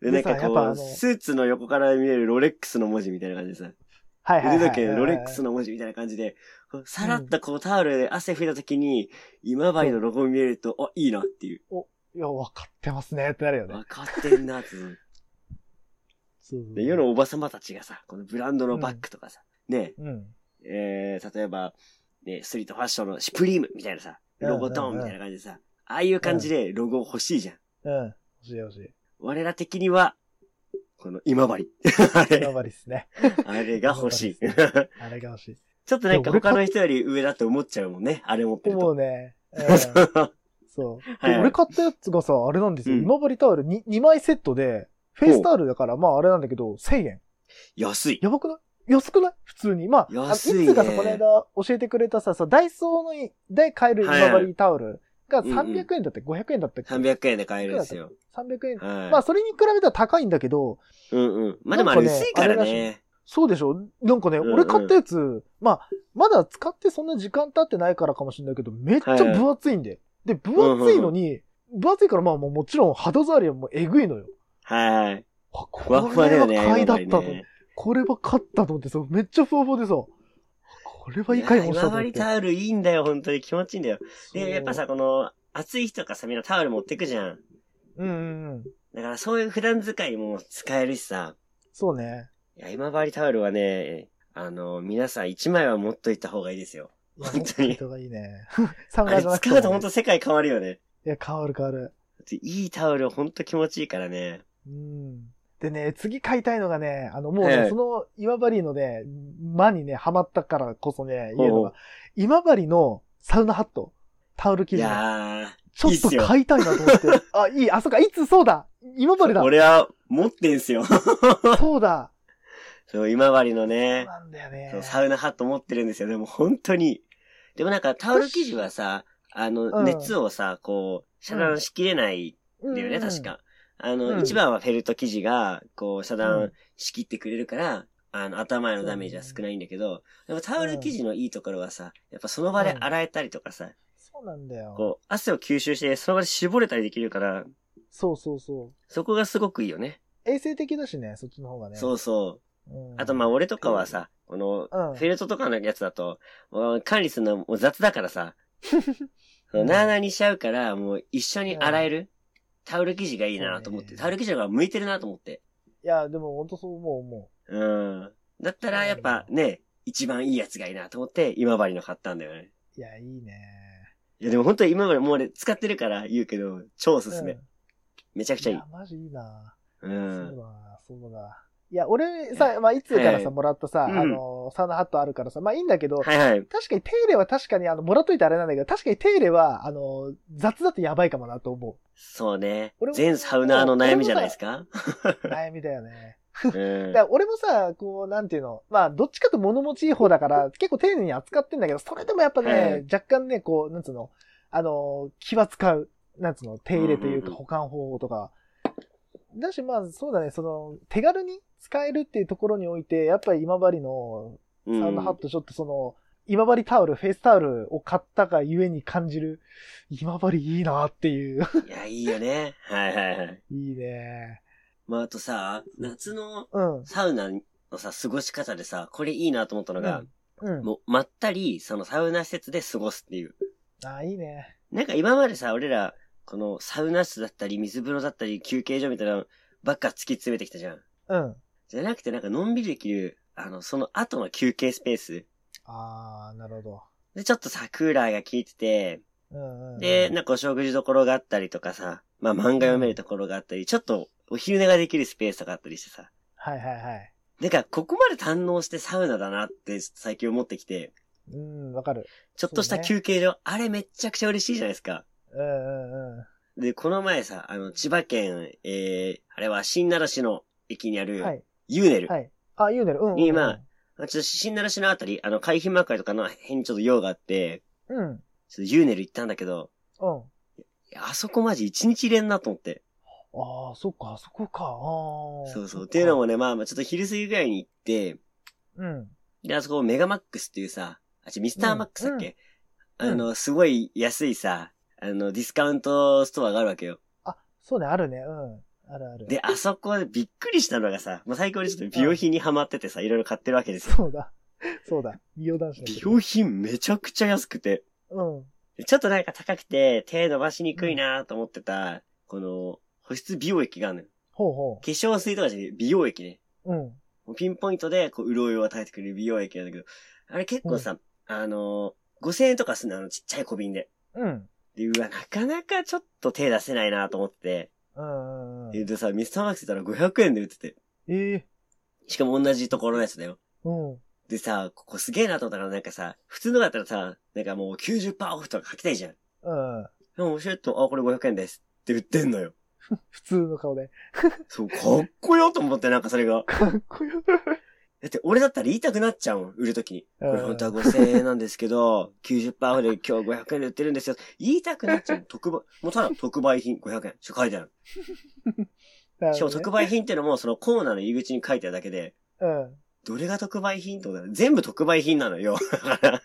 [SPEAKER 2] で、な
[SPEAKER 3] で
[SPEAKER 2] んか
[SPEAKER 3] さ
[SPEAKER 2] こ
[SPEAKER 3] やっぱあの
[SPEAKER 2] う、スーツの横から見えるロレックスの文字みたいな感じでさ、
[SPEAKER 3] はいはい、
[SPEAKER 2] 腕
[SPEAKER 3] はい。
[SPEAKER 2] 時計ロレックスの文字みたいな感じで、こうさらっとこうタオルで汗拭いた時に、今治のロゴ見えると、お、いいなっていう。
[SPEAKER 3] いや、わかってますねってなるよね。
[SPEAKER 2] 分かってんなって。
[SPEAKER 3] そうそう
[SPEAKER 2] で、世のおばさまたちがさ、このブランドのバッグとかさ、ね
[SPEAKER 3] うん。
[SPEAKER 2] え、えー、例えば、ね、ストリートファッションのシュプリームみたいなさ、ロゴドーンみたいな感じでさ、ああいう感じでロゴ欲しいじゃん。
[SPEAKER 3] うん。欲しい欲しい。
[SPEAKER 2] 我ら的には、この今治。 [laughs] あれ
[SPEAKER 3] 頑張りっす
[SPEAKER 2] [laughs]
[SPEAKER 3] ね。
[SPEAKER 2] あれが欲しい。
[SPEAKER 3] あれが欲し
[SPEAKER 2] ちょっとなんか他の人より上だと思っちゃうもんね、あれ持って
[SPEAKER 3] い。
[SPEAKER 2] る
[SPEAKER 3] も
[SPEAKER 2] と。
[SPEAKER 3] うね。
[SPEAKER 2] [laughs]
[SPEAKER 3] うんそう。
[SPEAKER 2] はい
[SPEAKER 3] で俺買ったやつがさ、あれなんですよ。
[SPEAKER 2] うん
[SPEAKER 3] 今治タオル 2, 2枚セットで、フェイスタオルだから、まああれなんだけど、1000円。
[SPEAKER 2] 安い。
[SPEAKER 3] やばくない安くない普通に。まあ、あの
[SPEAKER 2] 安いね
[SPEAKER 3] いつがさ、この間教えてくれたさ、さダイソーのいで買える
[SPEAKER 2] はいは
[SPEAKER 3] 今
[SPEAKER 2] い
[SPEAKER 3] 治タオルが
[SPEAKER 2] うんうん
[SPEAKER 3] 300円だって、500円だったっけ
[SPEAKER 2] 300円で買えるんですよ。
[SPEAKER 3] 300円。
[SPEAKER 2] はい。
[SPEAKER 3] まあ、それに比べたら高いんだけど、
[SPEAKER 2] うんうん。まあでもあれ
[SPEAKER 3] なんかね
[SPEAKER 2] 薄いから
[SPEAKER 3] あれら
[SPEAKER 2] ね。
[SPEAKER 3] そうでしょなんかね、
[SPEAKER 2] うんうん
[SPEAKER 3] 俺買ったやつ、まあ、まだ使ってそんな時間経ってないからかもしれないけど、めっちゃ分厚いんで。で、分厚いのに、分厚いからまあもうもちろん肌触りはもうえぐいのよ。
[SPEAKER 2] はいはい。
[SPEAKER 3] あ、
[SPEAKER 2] ふわ
[SPEAKER 3] こ
[SPEAKER 2] ふわだ
[SPEAKER 3] れ
[SPEAKER 2] よ
[SPEAKER 3] は
[SPEAKER 2] ね。
[SPEAKER 3] 買いだっ
[SPEAKER 2] 今治
[SPEAKER 3] たと。
[SPEAKER 2] ね
[SPEAKER 3] これは買ったと思ってさ、めっちゃふわふわでさ、これはいい買い物したと
[SPEAKER 2] いや
[SPEAKER 3] 思っ
[SPEAKER 2] 今
[SPEAKER 3] て
[SPEAKER 2] 治。タオルいいんだよ、本当に気持ちいいんだよ。
[SPEAKER 3] そう
[SPEAKER 2] で、やっぱさ、、この、暑い日とかさ、みんなタオル持ってくじゃん。
[SPEAKER 3] うんうんうん。
[SPEAKER 2] だからそういう普段使いも使えるしさ。
[SPEAKER 3] そうね。
[SPEAKER 2] いや、今治タオルはね、あの、皆さん一枚は持っといた方がいいですよ。
[SPEAKER 3] いや
[SPEAKER 2] 本当
[SPEAKER 3] [laughs]
[SPEAKER 2] に
[SPEAKER 3] 人がいいね。サウ
[SPEAKER 2] あ
[SPEAKER 3] ナ
[SPEAKER 2] れ
[SPEAKER 3] じゃなくて
[SPEAKER 2] 使
[SPEAKER 3] も
[SPEAKER 2] うと本当世界変わるよね。
[SPEAKER 3] いや、変わる変わる。
[SPEAKER 2] いいタオル本当気持ちいいからね。
[SPEAKER 3] うん。でね、次買いたいのがね、あの、もう
[SPEAKER 2] え
[SPEAKER 3] ね、
[SPEAKER 2] え
[SPEAKER 3] その、今治のね、間にね、ハマったからこそね、言えるの
[SPEAKER 2] ほう
[SPEAKER 3] が、今治のサウナハット、タオル生
[SPEAKER 2] い
[SPEAKER 3] 地の、
[SPEAKER 2] や
[SPEAKER 3] ちょ
[SPEAKER 2] いい
[SPEAKER 3] っ
[SPEAKER 2] っ
[SPEAKER 3] と
[SPEAKER 2] すよ
[SPEAKER 3] 買いたいなと思
[SPEAKER 2] [laughs]
[SPEAKER 3] って。あ、いい、あ、そっか、いつそうだ今治
[SPEAKER 2] ー、
[SPEAKER 3] だ
[SPEAKER 2] 俺は持ってんすよ。 [laughs]
[SPEAKER 3] そうだ
[SPEAKER 2] そう、今治の
[SPEAKER 3] そう
[SPEAKER 2] ね、
[SPEAKER 3] なんだよ
[SPEAKER 2] そう
[SPEAKER 3] ね。
[SPEAKER 2] サウナハット持ってるんですよ。でも本当に。でもなんかタオル生地はさ、あ
[SPEAKER 3] う
[SPEAKER 2] の、
[SPEAKER 3] ん
[SPEAKER 2] 熱をさ、こう、遮断しきれない
[SPEAKER 3] うん
[SPEAKER 2] だよね、確。か。あの、
[SPEAKER 3] うん
[SPEAKER 2] 一番はフェルト生地が、こう、遮
[SPEAKER 3] う
[SPEAKER 2] 断
[SPEAKER 3] ん
[SPEAKER 2] しきってくれるから、あの、頭へのダメージは少ないんだけど、でもタオル生地のいいところはさ、やっぱその場で洗えたりとかさ、
[SPEAKER 3] そうなんだよ。
[SPEAKER 2] こう、汗を吸収して、その場で絞れたりできるから、
[SPEAKER 3] そうそうそ
[SPEAKER 2] そこがすごくいいよね。
[SPEAKER 3] う。衛生的だしね、そっちの方がね。
[SPEAKER 2] そうそうう。
[SPEAKER 3] ん
[SPEAKER 2] あと、まあ、俺とかはさ、この、
[SPEAKER 3] うん
[SPEAKER 2] フェルトとかのやつだと、もう管理するのもう雑だからさ、そのなあなあにしちゃうから、もう一緒に洗える、タオル生地がいいなと思っ
[SPEAKER 3] そう
[SPEAKER 2] て、
[SPEAKER 3] ね
[SPEAKER 2] タオル生地の方が向いてるなと思って。
[SPEAKER 3] いや、でも本当そう思う思
[SPEAKER 2] うん。だったら、やっぱね、一番いいやつがいいなと思って、今治の買ったんだよね。
[SPEAKER 3] う。いや、いいね。
[SPEAKER 2] いや、でも本当に今治、もう俺使ってるから言うけど、超おすすめ。
[SPEAKER 3] うん
[SPEAKER 2] めちゃくちゃいい
[SPEAKER 3] や。マジいいな。
[SPEAKER 2] う
[SPEAKER 3] そうだ
[SPEAKER 2] ん。
[SPEAKER 3] な、そうだ。いや、俺さ、まあ、いつから
[SPEAKER 2] は
[SPEAKER 3] さ、
[SPEAKER 2] い
[SPEAKER 3] もらったさ、
[SPEAKER 2] うん
[SPEAKER 3] あの、サウナハットあるからさ、まあいいんだけど、
[SPEAKER 2] はいはい。
[SPEAKER 3] 確かに手入れは確かに、あの、もらっといてあれなんだけど、確かに手入れは、あの、雑だとやばいかもなと思
[SPEAKER 2] そうね
[SPEAKER 3] 俺。も
[SPEAKER 2] 全サウナーの悩みじゃないですか
[SPEAKER 3] う。悩みだよ
[SPEAKER 2] [laughs]
[SPEAKER 3] ね。
[SPEAKER 2] うん
[SPEAKER 3] だか。ら俺もさ、こう、なんていうの、まあ、どっちかと物持ちいい方だから、結構丁寧に扱ってんだけど、それでもやっぱ
[SPEAKER 2] はい
[SPEAKER 3] ね、若干ね、こう、なんつうの、あの、気は使う、なんつうの、手入れという
[SPEAKER 2] うんうんう
[SPEAKER 3] か
[SPEAKER 2] ん
[SPEAKER 3] 保管方法とか。だし、まあ、そうだね、その、手軽に使えるっていうところにおいて、やっぱり今治の
[SPEAKER 2] うん
[SPEAKER 3] サウナハットちょっとその、今治タオル、フェイスタオルを買ったがゆえに感じる、今治いいなっていう。 [laughs]
[SPEAKER 2] いや、いいよね。はいはいはい。
[SPEAKER 3] いいね。
[SPEAKER 2] まあ、あとさ、夏の
[SPEAKER 3] うん。
[SPEAKER 2] サウナのさ、過ごし方でさ、これいいなと思ったのが、
[SPEAKER 3] うん。
[SPEAKER 2] もう、まったり、そのサウナ施設で過ごすっていう。
[SPEAKER 3] あ、いいね。
[SPEAKER 2] なんか今までさ、俺ら、このサウナ室だったり、水風呂だったり、休憩所みたいなのばっか突き詰めてきたじゃん。
[SPEAKER 3] うん。
[SPEAKER 2] じゃなくてなんかのんびりできる、あの、その後の休憩スペース。
[SPEAKER 3] あー、なるほ
[SPEAKER 2] で、ちょっとさ、クーラーが効いてて、
[SPEAKER 3] ど。うん、うん。
[SPEAKER 2] で、なんかお食事どころがあったりとかさ、まあ漫画読めるところがあったり、ちょっとお昼寝ができるスペースとかあったりしてさ。
[SPEAKER 3] はいはいはい。
[SPEAKER 2] なんか、ここまで堪能してサウナだなって最近思ってきて、
[SPEAKER 3] うん、わかる。
[SPEAKER 2] ちょっとした休憩所、あれめっちゃくちゃ嬉しいじゃないですか。
[SPEAKER 3] うんうんう
[SPEAKER 2] で、この前さ、あの、千葉県、えー、あれは新奈良市の駅にあ
[SPEAKER 3] ん。は
[SPEAKER 2] る、
[SPEAKER 3] い。
[SPEAKER 2] ユーネル。
[SPEAKER 3] はい。あ、ユーネル。うん、うん。
[SPEAKER 2] 今、ちょっと新奈良市のあたり、あの、海浜幕会とかの辺にちょっと用があって、
[SPEAKER 3] うん。うん。
[SPEAKER 2] ちょっとユーネル行ったんだけど、
[SPEAKER 3] あ
[SPEAKER 2] いやあそこマジ一日入れんなと思って。
[SPEAKER 3] あ、そっか、あそこか。ああ。
[SPEAKER 2] そうそう。
[SPEAKER 3] っ
[SPEAKER 2] っ
[SPEAKER 3] か
[SPEAKER 2] ていうのもね、まあまあちょっと昼過ぎぐらいに行って、
[SPEAKER 3] うん。
[SPEAKER 2] で、あそこメガマックスっていうさ、あ、ちミスターマックスだっけ、
[SPEAKER 3] うんうん
[SPEAKER 2] あの、すごい安いさ、あの、ディスカウントストアがあるわけよ。
[SPEAKER 3] あ、そうね、あるね。うん。あるある。
[SPEAKER 2] で、あそこでびっくりしたのがさ、まあ、最高にちょっと美容品にハマっててさ、いろいろ買ってるわけですよ。
[SPEAKER 3] [laughs] そうだ。そうだ。美容男子の
[SPEAKER 2] 美容品めちゃくちゃ安くて、
[SPEAKER 3] うん。
[SPEAKER 2] ちょっとなんか高くて手伸ばしにくいなと思ってた、この保湿美容液があるのよ。
[SPEAKER 3] ほうほ
[SPEAKER 2] 化粧水とかじゃなくて美容液ね。
[SPEAKER 3] う。うん。
[SPEAKER 2] もうピンポイントでこう潤いを与えてくれる美容液なんだけど、あれ結構さ、あのー、5000円とかすんのあのちっちゃい小瓶で。
[SPEAKER 3] うん。
[SPEAKER 2] で、うわ、なかなかちょっと手出せないなと思って
[SPEAKER 3] うんうんう
[SPEAKER 2] て。
[SPEAKER 3] ん。
[SPEAKER 2] でさ、ミスターマックス行ったら500円で売ってて。
[SPEAKER 3] ええ
[SPEAKER 2] しかも同じところのやつだよ。
[SPEAKER 3] うん。
[SPEAKER 2] でさ、ここすげえなと思ったから、なんかさ、普通のだったらさ、なんかもう90%オフとか書きたいじゃん。
[SPEAKER 3] うん。
[SPEAKER 2] でも面白いと、あ、これ500円ですって売ってんのよ。
[SPEAKER 3] 普通の顔で。 [laughs]
[SPEAKER 2] そう、かっこよと思って、なんかそれが。
[SPEAKER 3] かっこよ。
[SPEAKER 2] だって俺だったら言いたくなっちゃうもん、売るときに。こ
[SPEAKER 3] うん
[SPEAKER 2] れ本当は5000円なんですけ
[SPEAKER 3] [laughs]
[SPEAKER 2] ど、90%オフで今日500円で売ってるんですよ。言いたくなっちゃう。特売、もうただ特売品500円。しか書いてある。しかも
[SPEAKER 3] なるほどね
[SPEAKER 2] 特売品ってのも、そのコーナーの入り口に書いてあるだけで、
[SPEAKER 3] うん。
[SPEAKER 2] どれが特売品ってことだ全部特売品なのよ。 [laughs] だから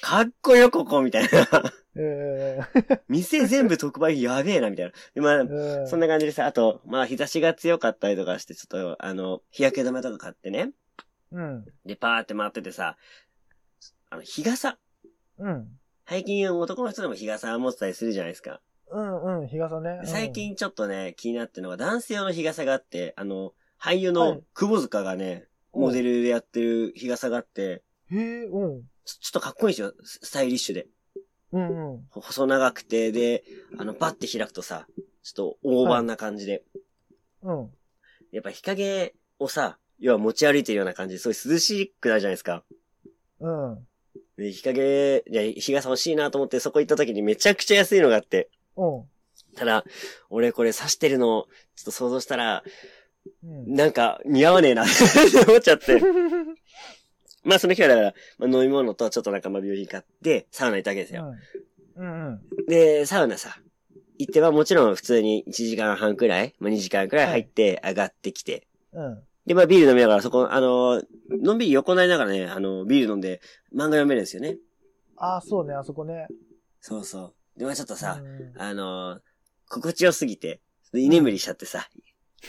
[SPEAKER 2] かっこよ、ここみたいな。 [laughs]
[SPEAKER 3] うん
[SPEAKER 2] 店全部特売品やべえな、みたいな。でまあ、
[SPEAKER 3] うん。
[SPEAKER 2] そんな感じでさ、あと、まあ日差しが強かったりとかして、ちょっと、あの、日焼け止めとか買ってね。
[SPEAKER 3] うん。
[SPEAKER 2] で、パーって回っててさ、あの、日傘。
[SPEAKER 3] うん。
[SPEAKER 2] 最近男の人でも日傘持ってたりするじゃないですか。
[SPEAKER 3] うんうん。日傘ね。うん
[SPEAKER 2] 最。近ちょっとね、気になってるのが男性用の日傘があって、あの、俳優の久保塚がね、
[SPEAKER 3] うん
[SPEAKER 2] モデルでやってる日傘があって、
[SPEAKER 3] へえ、うん。
[SPEAKER 2] ちょちょっとかっこいいんですよ。ススタイリッシュで。
[SPEAKER 3] うんうん。
[SPEAKER 2] ほ細長くて、で、あの、バッて開くとさ、ちょっと大判な感じで。
[SPEAKER 3] うん。
[SPEAKER 2] やっぱ日陰をさ、要は持ち歩いてるような感じで、すごい涼しくなるじゃないですか。
[SPEAKER 3] うん。
[SPEAKER 2] で、日陰、いや、日傘欲しいなと思ってそこ行った時にめちゃくちゃ安いのがあって。
[SPEAKER 3] うん。
[SPEAKER 2] ただ、俺これ刺してるの、ちょっと想像したら、
[SPEAKER 3] うん。
[SPEAKER 2] なんか似合わねえなって思っちゃって。まあその日はだから、まあ、飲み物とちょっとなんかまあ病院買って、サウナ行ったわけですよ。
[SPEAKER 3] うんうん。
[SPEAKER 2] で、サウナさ、行ってはもちろん普通に1時間半くらい、まあ、2時間くらい入って上がってきて。
[SPEAKER 3] うん。
[SPEAKER 2] で、まあビール飲みながら、そこ、あのー、のんびり横になりながらね、あのー、ビール飲んで漫画読めるんですよね。
[SPEAKER 3] ああ、そうね、あそこね。
[SPEAKER 2] そうそう。で、まあちょっとさ
[SPEAKER 3] う、ん
[SPEAKER 2] あのー、心地よすぎて、居眠りしちゃってさ、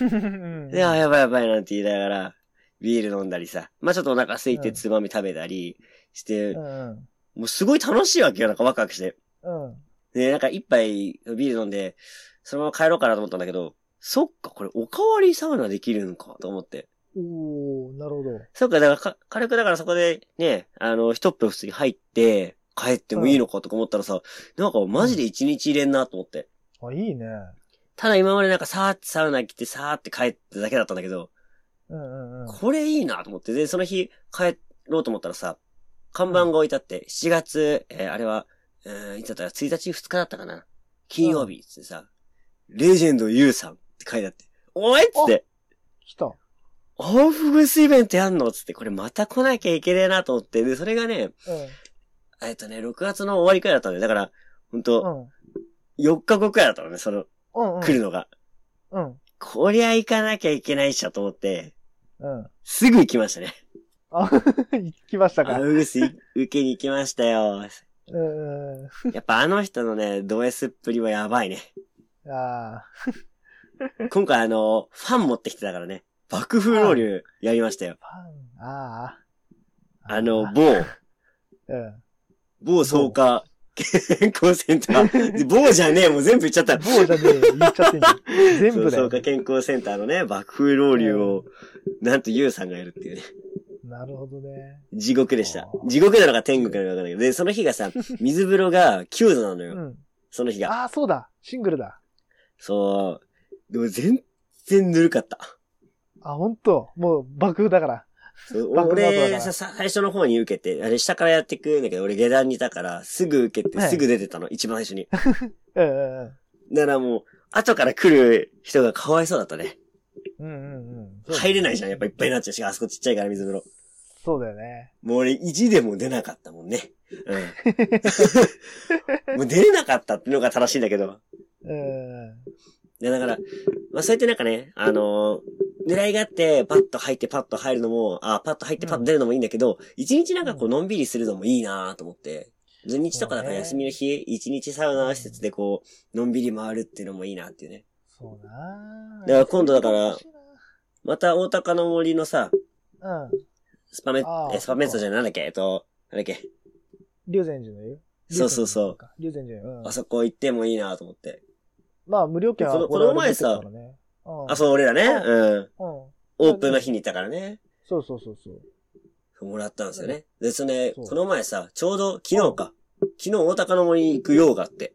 [SPEAKER 3] うん
[SPEAKER 2] で、あ、やばいやばいなんて言いながら、ビール飲んだりさ、まあちょっとお腹空いうて
[SPEAKER 3] ん
[SPEAKER 2] つまみ食べたりして、
[SPEAKER 3] うん
[SPEAKER 2] もうすごい楽しいわけよ、なんかワクワクして。
[SPEAKER 3] うん。
[SPEAKER 2] で、なんか一杯ビール飲んで、そのまま帰ろうかなと思ったんだけど、そっか、これおかわりサウナできるんか、と思って。
[SPEAKER 3] おおなるほど。
[SPEAKER 2] そうか、だからか、軽くだからそこでね、あの、一風呂普通に入って、帰ってもいいのかとか思ったらさ、なんかマジで一日入れんなと思って。
[SPEAKER 3] あ、いいね。
[SPEAKER 2] ただ今までなんかさーってサウナ来てさーって帰っただけだったんだけど、
[SPEAKER 3] うんうんうん。
[SPEAKER 2] これいいなと思って、で、その日帰ろうと思ったらさ、看板が置いてあって、7月、えーあれは、えーいつだったら1日2日だったかな金曜日っつってさ、レジェンドユウさんって書いてあって、おいっつって、
[SPEAKER 3] 来た。う
[SPEAKER 2] オーフグスイベントやんのっつって、これまた来なきゃいけねえなと思って、で、それがね、えっとね、6月の終わりくらいだったんで、だから、ほん
[SPEAKER 3] ん。う
[SPEAKER 2] と、
[SPEAKER 3] ん。
[SPEAKER 2] 4日後くらいだったのね、その、
[SPEAKER 3] うんうん。
[SPEAKER 2] 来るのが。
[SPEAKER 3] うん。
[SPEAKER 2] こりゃ行かなきゃいけないっしょと思って、
[SPEAKER 3] うん。
[SPEAKER 2] すぐ行きましたね。
[SPEAKER 3] あ、 [laughs] 来ました
[SPEAKER 2] ア
[SPEAKER 3] か。
[SPEAKER 2] ウグスい受けに行きましたよ。
[SPEAKER 3] うんう
[SPEAKER 2] やっぱあの人のね、ド S っぷりはやばいね。
[SPEAKER 3] ん。あ
[SPEAKER 2] 今回あの、ファン持ってきてたからね、爆風浪流やりましたよ。
[SPEAKER 3] あ、パン、ああ。
[SPEAKER 2] あの、某、
[SPEAKER 3] うん。
[SPEAKER 2] 某草加健康センター。某じゃねえ、もう全部言っちゃった。
[SPEAKER 3] 某じゃねえ、言っちゃってんじ
[SPEAKER 2] [laughs]
[SPEAKER 3] ゃん。全部だ
[SPEAKER 2] そう
[SPEAKER 3] よ
[SPEAKER 2] 草。加健康センターのね、爆風浪流を、なんとユウさんがやるっていうね。
[SPEAKER 3] なるほどね。
[SPEAKER 2] 地獄でした
[SPEAKER 3] あ。ー
[SPEAKER 2] 地獄なのか天国なのかわかんないけど。で、その日が
[SPEAKER 3] [laughs]
[SPEAKER 2] さ、水風呂が9度なのよ。
[SPEAKER 3] うん。
[SPEAKER 2] その日が。
[SPEAKER 3] ああ、そうだ。シングルだ。
[SPEAKER 2] そう。でも全然ぬるかった。
[SPEAKER 3] あ、ほんと。もう、爆風だから。
[SPEAKER 2] そう
[SPEAKER 3] バックナンバーだ
[SPEAKER 2] 俺
[SPEAKER 3] から
[SPEAKER 2] さ、さ最初の方に受けて、あれ下からやってくんだけど、俺下段にいたから、すぐ受けて、
[SPEAKER 3] はい
[SPEAKER 2] すぐ出てたの、一番最初に。
[SPEAKER 3] うんうん
[SPEAKER 2] だからもう、後から来る人がかわいそうだったね。
[SPEAKER 3] うん。うんうんうん。
[SPEAKER 2] 入れないじゃん、やっぱいっぱいになっちゃうし、あそこちっちゃいから水風呂。
[SPEAKER 3] そうだよね。
[SPEAKER 2] もう俺意地でも出なかったもん [laughs] ね。
[SPEAKER 3] [laughs]
[SPEAKER 2] うん。もう出れなかったってのが正しいんだけど。
[SPEAKER 3] うんうん。
[SPEAKER 2] で、だから、まあそうやってなんかね、あのー狙いがあって、パッと入ってパッと入るのも、あパッと入ってパッと出るのもいいんだけど、一、日なんかこう、のんびりするのもいいなと思って。土日とかだから休みの日、一日サウナ施設でこう、のんびり回るっていうのもいいなっていうね。
[SPEAKER 3] そうなぁ
[SPEAKER 2] だから今度だからまた大高の森のさ、
[SPEAKER 3] うん。
[SPEAKER 2] スパメ
[SPEAKER 3] あ、ー
[SPEAKER 2] えスパメッツァじゃないなんだっけえっと、なんだっけ
[SPEAKER 3] 龍禅寺の湯
[SPEAKER 2] そうそうそう。
[SPEAKER 3] 龍禅寺の湯うん
[SPEAKER 2] あ。そこ行ってもいいなと思って。
[SPEAKER 3] まあ、無料券は
[SPEAKER 2] この
[SPEAKER 3] 俺は
[SPEAKER 2] この前さ
[SPEAKER 3] 持ってったからね、うん
[SPEAKER 2] あ、そう、俺らね、
[SPEAKER 3] あ
[SPEAKER 2] うん。
[SPEAKER 3] うん。
[SPEAKER 2] オープンの日に行ったからね。
[SPEAKER 3] そうそうそうそう。
[SPEAKER 2] もらったんですよね。で、それ、
[SPEAKER 3] そう
[SPEAKER 2] この前さ、ちょうど昨日か。昨日大高の森に行く用があって。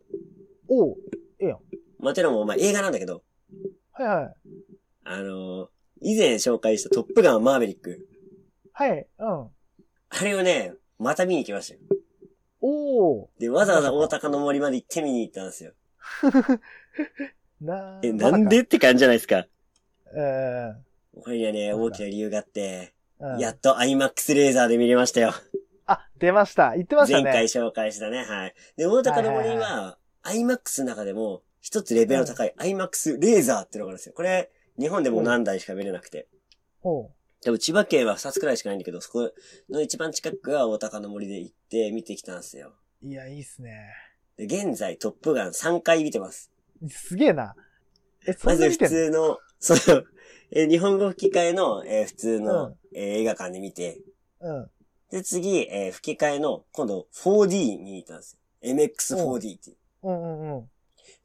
[SPEAKER 3] おう
[SPEAKER 2] まあ、てのも、まあ、映画なんだけど、
[SPEAKER 3] はいはい。
[SPEAKER 2] あのー以前紹介したトップガンマーベリック。
[SPEAKER 3] はい、うん。
[SPEAKER 2] あれをね、また見に行きましたよ。
[SPEAKER 3] おお
[SPEAKER 2] で、わざわざ大高の森まで行って見に行ったんですよ。
[SPEAKER 3] な
[SPEAKER 2] え、なんでって感じじゃないですか。
[SPEAKER 3] まさかえ
[SPEAKER 2] これにはね、
[SPEAKER 3] まさか
[SPEAKER 2] 大きな理由があって、
[SPEAKER 3] ーうん
[SPEAKER 2] やっと IMAX レーザーで見れましたよ。
[SPEAKER 3] あ、出ました。言ってました
[SPEAKER 2] 前
[SPEAKER 3] ね。
[SPEAKER 2] 回紹介したね、はい。で、大高の森
[SPEAKER 3] はいはい
[SPEAKER 2] は、IMAX の中でも、一つレベルの高い IMAX レーザーってのがあるんですよ。これ、日本でも何台しか見れなくて。
[SPEAKER 3] おう
[SPEAKER 2] でも千葉県は二つくらいしかないんだけど、そこの一番近くが大高の森で行って見てきたんですよ。
[SPEAKER 3] いや、いいっすね。
[SPEAKER 2] で、現在トップガン3回見てます。
[SPEAKER 3] すげえな。え、そ
[SPEAKER 2] ま
[SPEAKER 3] んな
[SPEAKER 2] ず
[SPEAKER 3] 見
[SPEAKER 2] 普
[SPEAKER 3] てんの
[SPEAKER 2] 通の、その、えー日本語吹き替えの、えー普通の、
[SPEAKER 3] うん
[SPEAKER 2] えー映画館で見て、
[SPEAKER 3] うん。
[SPEAKER 2] で、次、えー吹き替えの、今度 4D 見に行ったんですよ。MX4D っていう。
[SPEAKER 3] うんうんうん。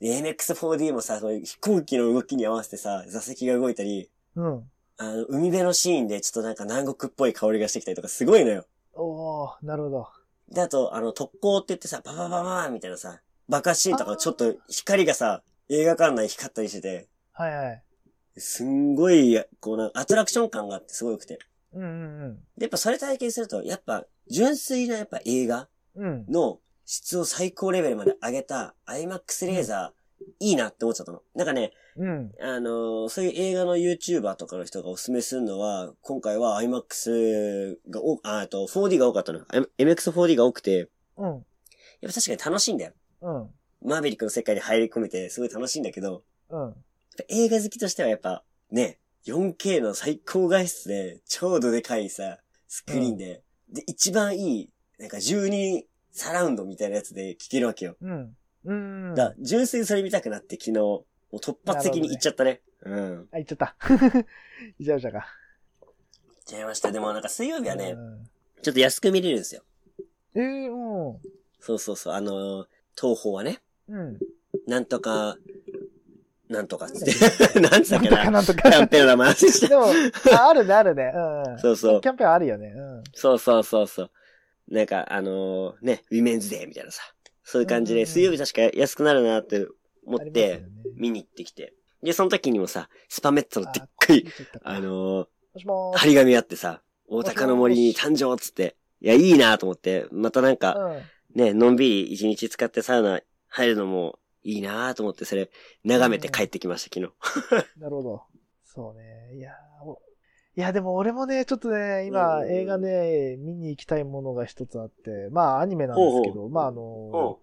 [SPEAKER 2] で、MX4D もさ、そういう飛行機の動きに合わせてさ、座席が動いたり、
[SPEAKER 3] うん。
[SPEAKER 2] あの、海辺のシーンでちょっとなんか南国っぽい香りがしてきたりとかすごいのよ。
[SPEAKER 3] おー、なるほど。
[SPEAKER 2] で、あと、あの、特攻って言ってさ、ババババーンみたいなさ、爆発シーンとかちょっと光がさ、映画館内光ったりしてて、
[SPEAKER 3] はいはい。
[SPEAKER 2] すんごい、こうなんかアトラクション感があってすごい良くて。
[SPEAKER 3] うんうん
[SPEAKER 2] で、やっぱそれ体験すると、やっぱ、純粋なやっぱ映画
[SPEAKER 3] うん。うん。
[SPEAKER 2] の質を最高レベルまで上げた IMAX レーザー、いいなって思っちゃったの。なんかね、
[SPEAKER 3] うん。
[SPEAKER 2] あのーそういう映画の YouTuber とかの人がおすすめするのは、今回は IMAX が多、ああと 4D が多かったの。M- MX4D が多くて、
[SPEAKER 3] うん。
[SPEAKER 2] やっぱ確かに楽しいんだよ。
[SPEAKER 3] うん。
[SPEAKER 2] マーベリックの世界に入り込めて、すごい楽しいんだけど、
[SPEAKER 3] うん。
[SPEAKER 2] やっぱ映画好きとしてはやっぱ、ね、4K の最高画質で、ちょうどでかいさ、スクリーンで、で、一番いい、なんか12サラウンドみたいなやつで聴けるわけよ。
[SPEAKER 3] うん。うん。
[SPEAKER 2] だ、純粋にそれ見たくなって昨日、もう突発的に行っちゃったね。うん。
[SPEAKER 3] あ、行っちゃった。 [laughs] 行っちゃいましたか。
[SPEAKER 2] 行っちゃいました。でもなんか水曜日はね
[SPEAKER 3] う、ん
[SPEAKER 2] ちょっと安く見れるんですよ。
[SPEAKER 3] えー、も
[SPEAKER 2] そうそうそう、あのー東宝はね、
[SPEAKER 3] う、うん。
[SPEAKER 2] なんとか、なんとかっつ
[SPEAKER 3] [laughs]
[SPEAKER 2] って、なんつったっ
[SPEAKER 3] なんと
[SPEAKER 2] け
[SPEAKER 3] か
[SPEAKER 2] な、
[SPEAKER 3] なんと
[SPEAKER 2] キャ
[SPEAKER 3] か
[SPEAKER 2] ン。ペーンの名前忘れちゃっ
[SPEAKER 3] でも、ああるね、あるね。うん。
[SPEAKER 2] た。そうそう
[SPEAKER 3] キ。ャンペーンあるよね。うん。
[SPEAKER 2] そうそうそうそう。なんか、あのーね、ウィメンズデーみたいなさ。そういう感じ
[SPEAKER 3] うん
[SPEAKER 2] で、
[SPEAKER 3] うんうん
[SPEAKER 2] 水曜日確か安くなるなって思
[SPEAKER 3] あ
[SPEAKER 2] っ
[SPEAKER 3] りますよ
[SPEAKER 2] て
[SPEAKER 3] ね、
[SPEAKER 2] 見に行ってきて。で、その時にもさ、スパメッツァのでっかい、あ、
[SPEAKER 3] あ
[SPEAKER 2] の
[SPEAKER 3] もしも
[SPEAKER 2] ー、
[SPEAKER 3] ーし。
[SPEAKER 2] 張り紙あってさ、大高の森に誕生っつって、いや、いいなと思って、またなんか、
[SPEAKER 3] うん。
[SPEAKER 2] ね、のんびり一日使ってサウナ入るのもいいなと思って、それ眺めて帰ってきました、昨日。
[SPEAKER 3] なるほど。そうね。いやー、おいや、でも俺もね、ちょっとね、今、
[SPEAKER 2] うん
[SPEAKER 3] 映画ね、見に行きたいものが一つあって、まあ、アニメなんですけ
[SPEAKER 2] ほ
[SPEAKER 3] ど、まあ、あの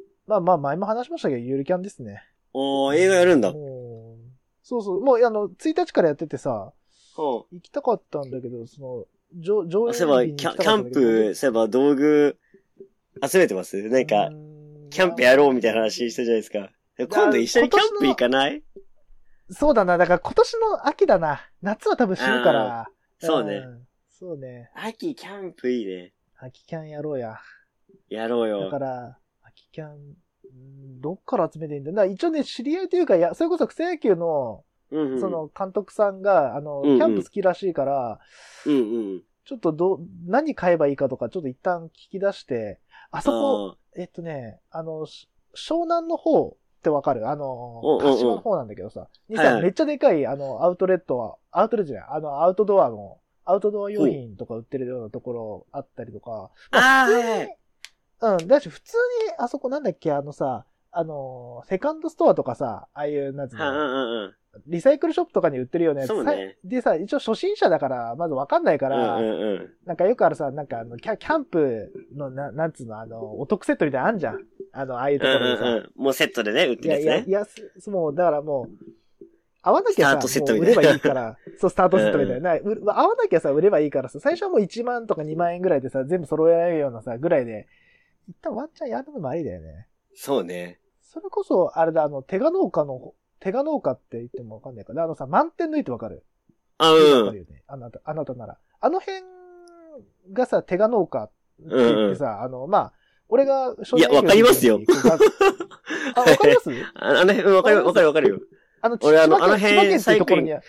[SPEAKER 3] ー、まあまあ、前も話しましたけど、ゆるキャンですね。
[SPEAKER 2] おー、映画やるんだ。
[SPEAKER 3] もうそうそう。もう、あの、1日からやっててさ、
[SPEAKER 2] お
[SPEAKER 3] 行きたかったんだけど、その、上上映
[SPEAKER 2] そういえば、
[SPEAKER 3] 日に
[SPEAKER 2] キ
[SPEAKER 3] 行
[SPEAKER 2] ャ
[SPEAKER 3] きた
[SPEAKER 2] キャ
[SPEAKER 3] かったん
[SPEAKER 2] ン
[SPEAKER 3] だけど
[SPEAKER 2] プ、そういえば道具集めてますなんか、
[SPEAKER 3] うーん
[SPEAKER 2] キャンプやろうみたいな話したじゃないですか。今度一緒にキャンプ行かない
[SPEAKER 3] そうだな。だから今年の秋だな。夏は多分死ぬから。
[SPEAKER 2] そうね
[SPEAKER 3] ん。そうね。
[SPEAKER 2] 秋キャンプいいね。
[SPEAKER 3] 秋キャンやろうや。
[SPEAKER 2] やろう
[SPEAKER 3] だか
[SPEAKER 2] よ。
[SPEAKER 3] ら、秋キャン、うんどっから集めていいんだだから一応ね、知り合いというか、いや、それこそ草野球の、
[SPEAKER 2] うんうん。
[SPEAKER 3] その監督さんが、あ
[SPEAKER 2] う
[SPEAKER 3] の、
[SPEAKER 2] ん
[SPEAKER 3] キ
[SPEAKER 2] うん
[SPEAKER 3] ャンプ好きらしいから、
[SPEAKER 2] うんうん。
[SPEAKER 3] ちょっとどう、何買えばいいかとか、ちょっと一旦聞き出して、あそこ、
[SPEAKER 2] あ
[SPEAKER 3] えっとね、あの、し湘南の方ってわかるあの
[SPEAKER 2] おうおう、おう
[SPEAKER 3] 鹿島の方なんだけどさ、に
[SPEAKER 2] はい
[SPEAKER 3] さ、
[SPEAKER 2] はい
[SPEAKER 3] めっちゃでかい、あの、アウトレットは、アウトレットじゃない、あの、アウトドアのアウトドア用品とか売ってるようなところあったりとか、
[SPEAKER 2] ああ、
[SPEAKER 3] 普通
[SPEAKER 2] はいはい。
[SPEAKER 3] に、うん、だし普通にあそこなんだっけ、あのさ、あのー、セカンドストアとかさ、ああいう、なんつう
[SPEAKER 2] うん
[SPEAKER 3] の、
[SPEAKER 2] うんうん。
[SPEAKER 3] リサイクルショップとかに売ってるようなや
[SPEAKER 2] そ
[SPEAKER 3] つ、
[SPEAKER 2] う
[SPEAKER 3] さ
[SPEAKER 2] ね
[SPEAKER 3] でさ、一応初心者だから、まずわかんないか
[SPEAKER 2] う
[SPEAKER 3] ら、
[SPEAKER 2] んうんうん。
[SPEAKER 3] なんかよくあるさ、なんかあの、キャキャンプの、ななんつうの、あの、お得セットみたいなのあんじゃん。あの、ああいうと
[SPEAKER 2] う
[SPEAKER 3] こ
[SPEAKER 2] ん
[SPEAKER 3] ろでさ。
[SPEAKER 2] うんうん。もうセットでね、売っ
[SPEAKER 3] い
[SPEAKER 2] て
[SPEAKER 3] や
[SPEAKER 2] る
[SPEAKER 3] い
[SPEAKER 2] や
[SPEAKER 3] や、
[SPEAKER 2] つ
[SPEAKER 3] い
[SPEAKER 2] ね。
[SPEAKER 3] や、すもう、だからもう、合わなきゃ
[SPEAKER 2] ス
[SPEAKER 3] さ、
[SPEAKER 2] タートセット
[SPEAKER 3] も
[SPEAKER 2] み
[SPEAKER 3] う売
[SPEAKER 2] たいな
[SPEAKER 3] ればい
[SPEAKER 2] [laughs]
[SPEAKER 3] いから、そう、スタートセットみたいな。う合わなきゃさ、売ればいいからさ、最初はもう1万とか2万円ぐらいでさ、全部揃えられるようなさ、ぐらいで、一旦ワンチャンやるのもありだよね。
[SPEAKER 2] そうね。
[SPEAKER 3] それこそ、あれだ、あの、手賀農家の、手賀農家って言ってもわかんないから、あのさ、満点抜いてわかる。
[SPEAKER 2] あ、
[SPEAKER 3] わ
[SPEAKER 2] う
[SPEAKER 3] かる
[SPEAKER 2] ん。
[SPEAKER 3] よね。あなた、あなたなら。あの辺がさ、手賀農家って言ってさ、あの、まあ、俺が少
[SPEAKER 2] いやわかりますよ
[SPEAKER 3] 年野球の時にこう [laughs] あ、わかります
[SPEAKER 2] [laughs] ああの辺、わかるわかるわかるよ。
[SPEAKER 3] あの、
[SPEAKER 2] 俺あの
[SPEAKER 3] 千葉県
[SPEAKER 2] あの辺
[SPEAKER 3] 千葉県っていうところにあ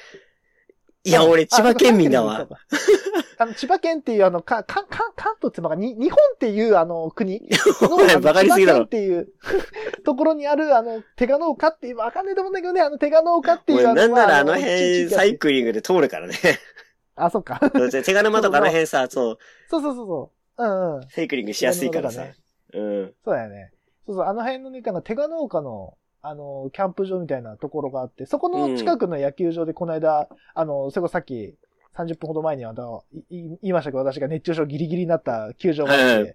[SPEAKER 2] いや、俺、千葉県民だ。
[SPEAKER 3] あ
[SPEAKER 2] わ。
[SPEAKER 3] あの、千葉県っていう、あの、か、か、か、関東ってまあに、日本っていう、あの、国。
[SPEAKER 2] [laughs] お前、バカにすぎだろ
[SPEAKER 3] 千葉。県っていう、ところにある、あの、手賀農家っていう、わかんないと思うんだけどね、あの、手賀農家っていう。
[SPEAKER 2] 俺、なんならあの
[SPEAKER 3] 地
[SPEAKER 2] 辺、
[SPEAKER 3] 域が
[SPEAKER 2] サイクリングで通るから
[SPEAKER 3] [laughs]
[SPEAKER 2] ね。
[SPEAKER 3] あ、そっか。
[SPEAKER 2] 手賀沼とかあの辺さ、そう、
[SPEAKER 3] そうそうそうそう。うんうん。
[SPEAKER 2] サイクリングしやすいからさ
[SPEAKER 3] 手賀沼。
[SPEAKER 2] うん。
[SPEAKER 3] そうだよね。そうそう、あの辺のね、なんか手賀農家の、あの、キャンプ場みたいなところがあって、そこの近くの野球場でこの間、あの、それこそさっき、30分ほど前にあの、いい言いましたけど、私が熱中症ギリギリになった球場があって、
[SPEAKER 2] はいは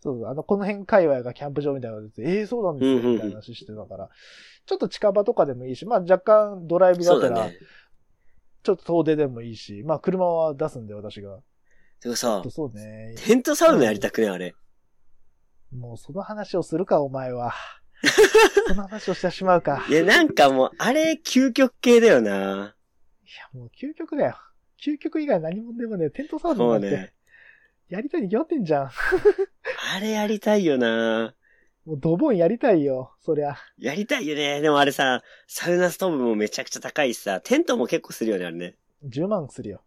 [SPEAKER 3] そうそう、あの、この辺界隈がキャンプ場みたいなので、ええそうなんです
[SPEAKER 2] うんうんう
[SPEAKER 3] よ、
[SPEAKER 2] ん
[SPEAKER 3] みたいな話してたから、ちょっと近場とかでもいいし、まあ若干ドライブだ
[SPEAKER 2] そ
[SPEAKER 3] っ
[SPEAKER 2] う
[SPEAKER 3] た
[SPEAKER 2] だ
[SPEAKER 3] ら、
[SPEAKER 2] ね。
[SPEAKER 3] ちょっと遠出でもいいし、まあ車は出すんで、私が。
[SPEAKER 2] でもさ、
[SPEAKER 3] そうね。
[SPEAKER 2] テントサウナやりたくね、あれ。
[SPEAKER 3] もうその話をするか、お
[SPEAKER 2] [laughs]
[SPEAKER 3] 前は。その話をしてしまうか。
[SPEAKER 2] いや、なんかもう、あれ、究極系だよな。
[SPEAKER 3] いや、もう究極だよ。究極以外何もでもね、テントサウナ
[SPEAKER 2] も
[SPEAKER 3] な
[SPEAKER 2] うん
[SPEAKER 3] て、
[SPEAKER 2] ね。
[SPEAKER 3] やりたいに決まってんじゃん。
[SPEAKER 2] あれやりたいよな。
[SPEAKER 3] もうドボンやりたいよ、そりゃ。
[SPEAKER 2] やりたいよね。でもあれさ、サウナストーブもめちゃくちゃ高いしさ、テントも結構するよね、あれね。
[SPEAKER 3] 10万するよ。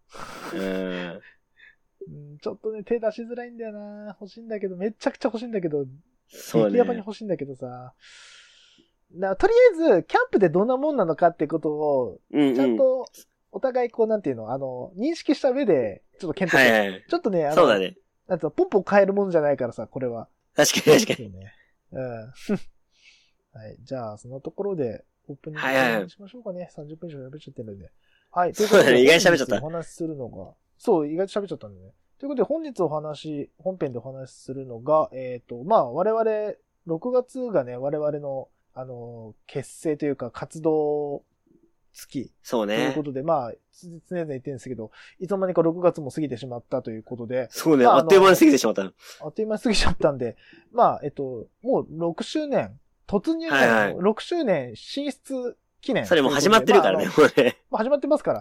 [SPEAKER 2] うん。
[SPEAKER 3] うん、ちょっとね、手出しづらいんだよな。欲しいんだけど、めちゃくちゃ欲しいんだけど、
[SPEAKER 2] そう
[SPEAKER 3] 激
[SPEAKER 2] ね
[SPEAKER 3] ヤ。バに欲しいんだけどさ。なとりあえず、キャンプでどんなもんなのかってことを、
[SPEAKER 2] うん
[SPEAKER 3] ちゃんと、お互いこう、なんていうの、あの、認識した上で、ちょっと検討
[SPEAKER 2] は
[SPEAKER 3] し
[SPEAKER 2] い
[SPEAKER 3] よう
[SPEAKER 2] はい。
[SPEAKER 3] ちょっとね、あの、
[SPEAKER 2] そうだね。
[SPEAKER 3] なんつうのポンポン変えるもんじゃないからさ、これは。
[SPEAKER 2] 確かに確か
[SPEAKER 3] そ
[SPEAKER 2] に。
[SPEAKER 3] うね。うん。 [laughs] はい。じゃあ、そのところで、オープニング
[SPEAKER 2] はいはいはい
[SPEAKER 3] にしましょうかね。30分以上喋っちゃってるんで。はい。とい
[SPEAKER 2] そうだね
[SPEAKER 3] で
[SPEAKER 2] 意外と喋っちゃった
[SPEAKER 3] 本日お話しするのが、そう、意外と喋っちゃったんでね。ということで、本日お話、本編でお話しするのが、えっ、と、まあ、我々、6月がね、我々の、あの、結成というか、活動月
[SPEAKER 2] そう
[SPEAKER 3] という
[SPEAKER 2] ね
[SPEAKER 3] こ。とで、まあ、つ常々言ってるんですけど、いつの間にか6月も過ぎてしまったということで、
[SPEAKER 2] そうね。
[SPEAKER 3] まあ
[SPEAKER 2] あっという間に過ぎてしまった。
[SPEAKER 3] あっという間に過ぎちゃったんで、まあ、えっと、もう6周年、突入
[SPEAKER 2] はいはい
[SPEAKER 3] 6周年進出記念。
[SPEAKER 2] それもう始まってるからね、
[SPEAKER 3] ま
[SPEAKER 2] も
[SPEAKER 3] あ
[SPEAKER 2] うね。
[SPEAKER 3] まあ始まってますから。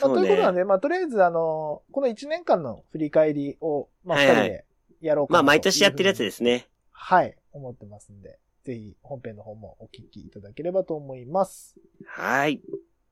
[SPEAKER 3] まあ、
[SPEAKER 2] そう
[SPEAKER 3] ということなん
[SPEAKER 2] ね。
[SPEAKER 3] で、まあ、とりあえず、あの、この1年間の振り返りを、まあ、
[SPEAKER 2] は
[SPEAKER 3] 2
[SPEAKER 2] いはい
[SPEAKER 3] 人でやろうか
[SPEAKER 2] ま
[SPEAKER 3] な。
[SPEAKER 2] あ、毎年やってるやつですすね。
[SPEAKER 3] はい、思ってますんで、ぜひ本編の方もお聞きいただければと思います。
[SPEAKER 2] はい。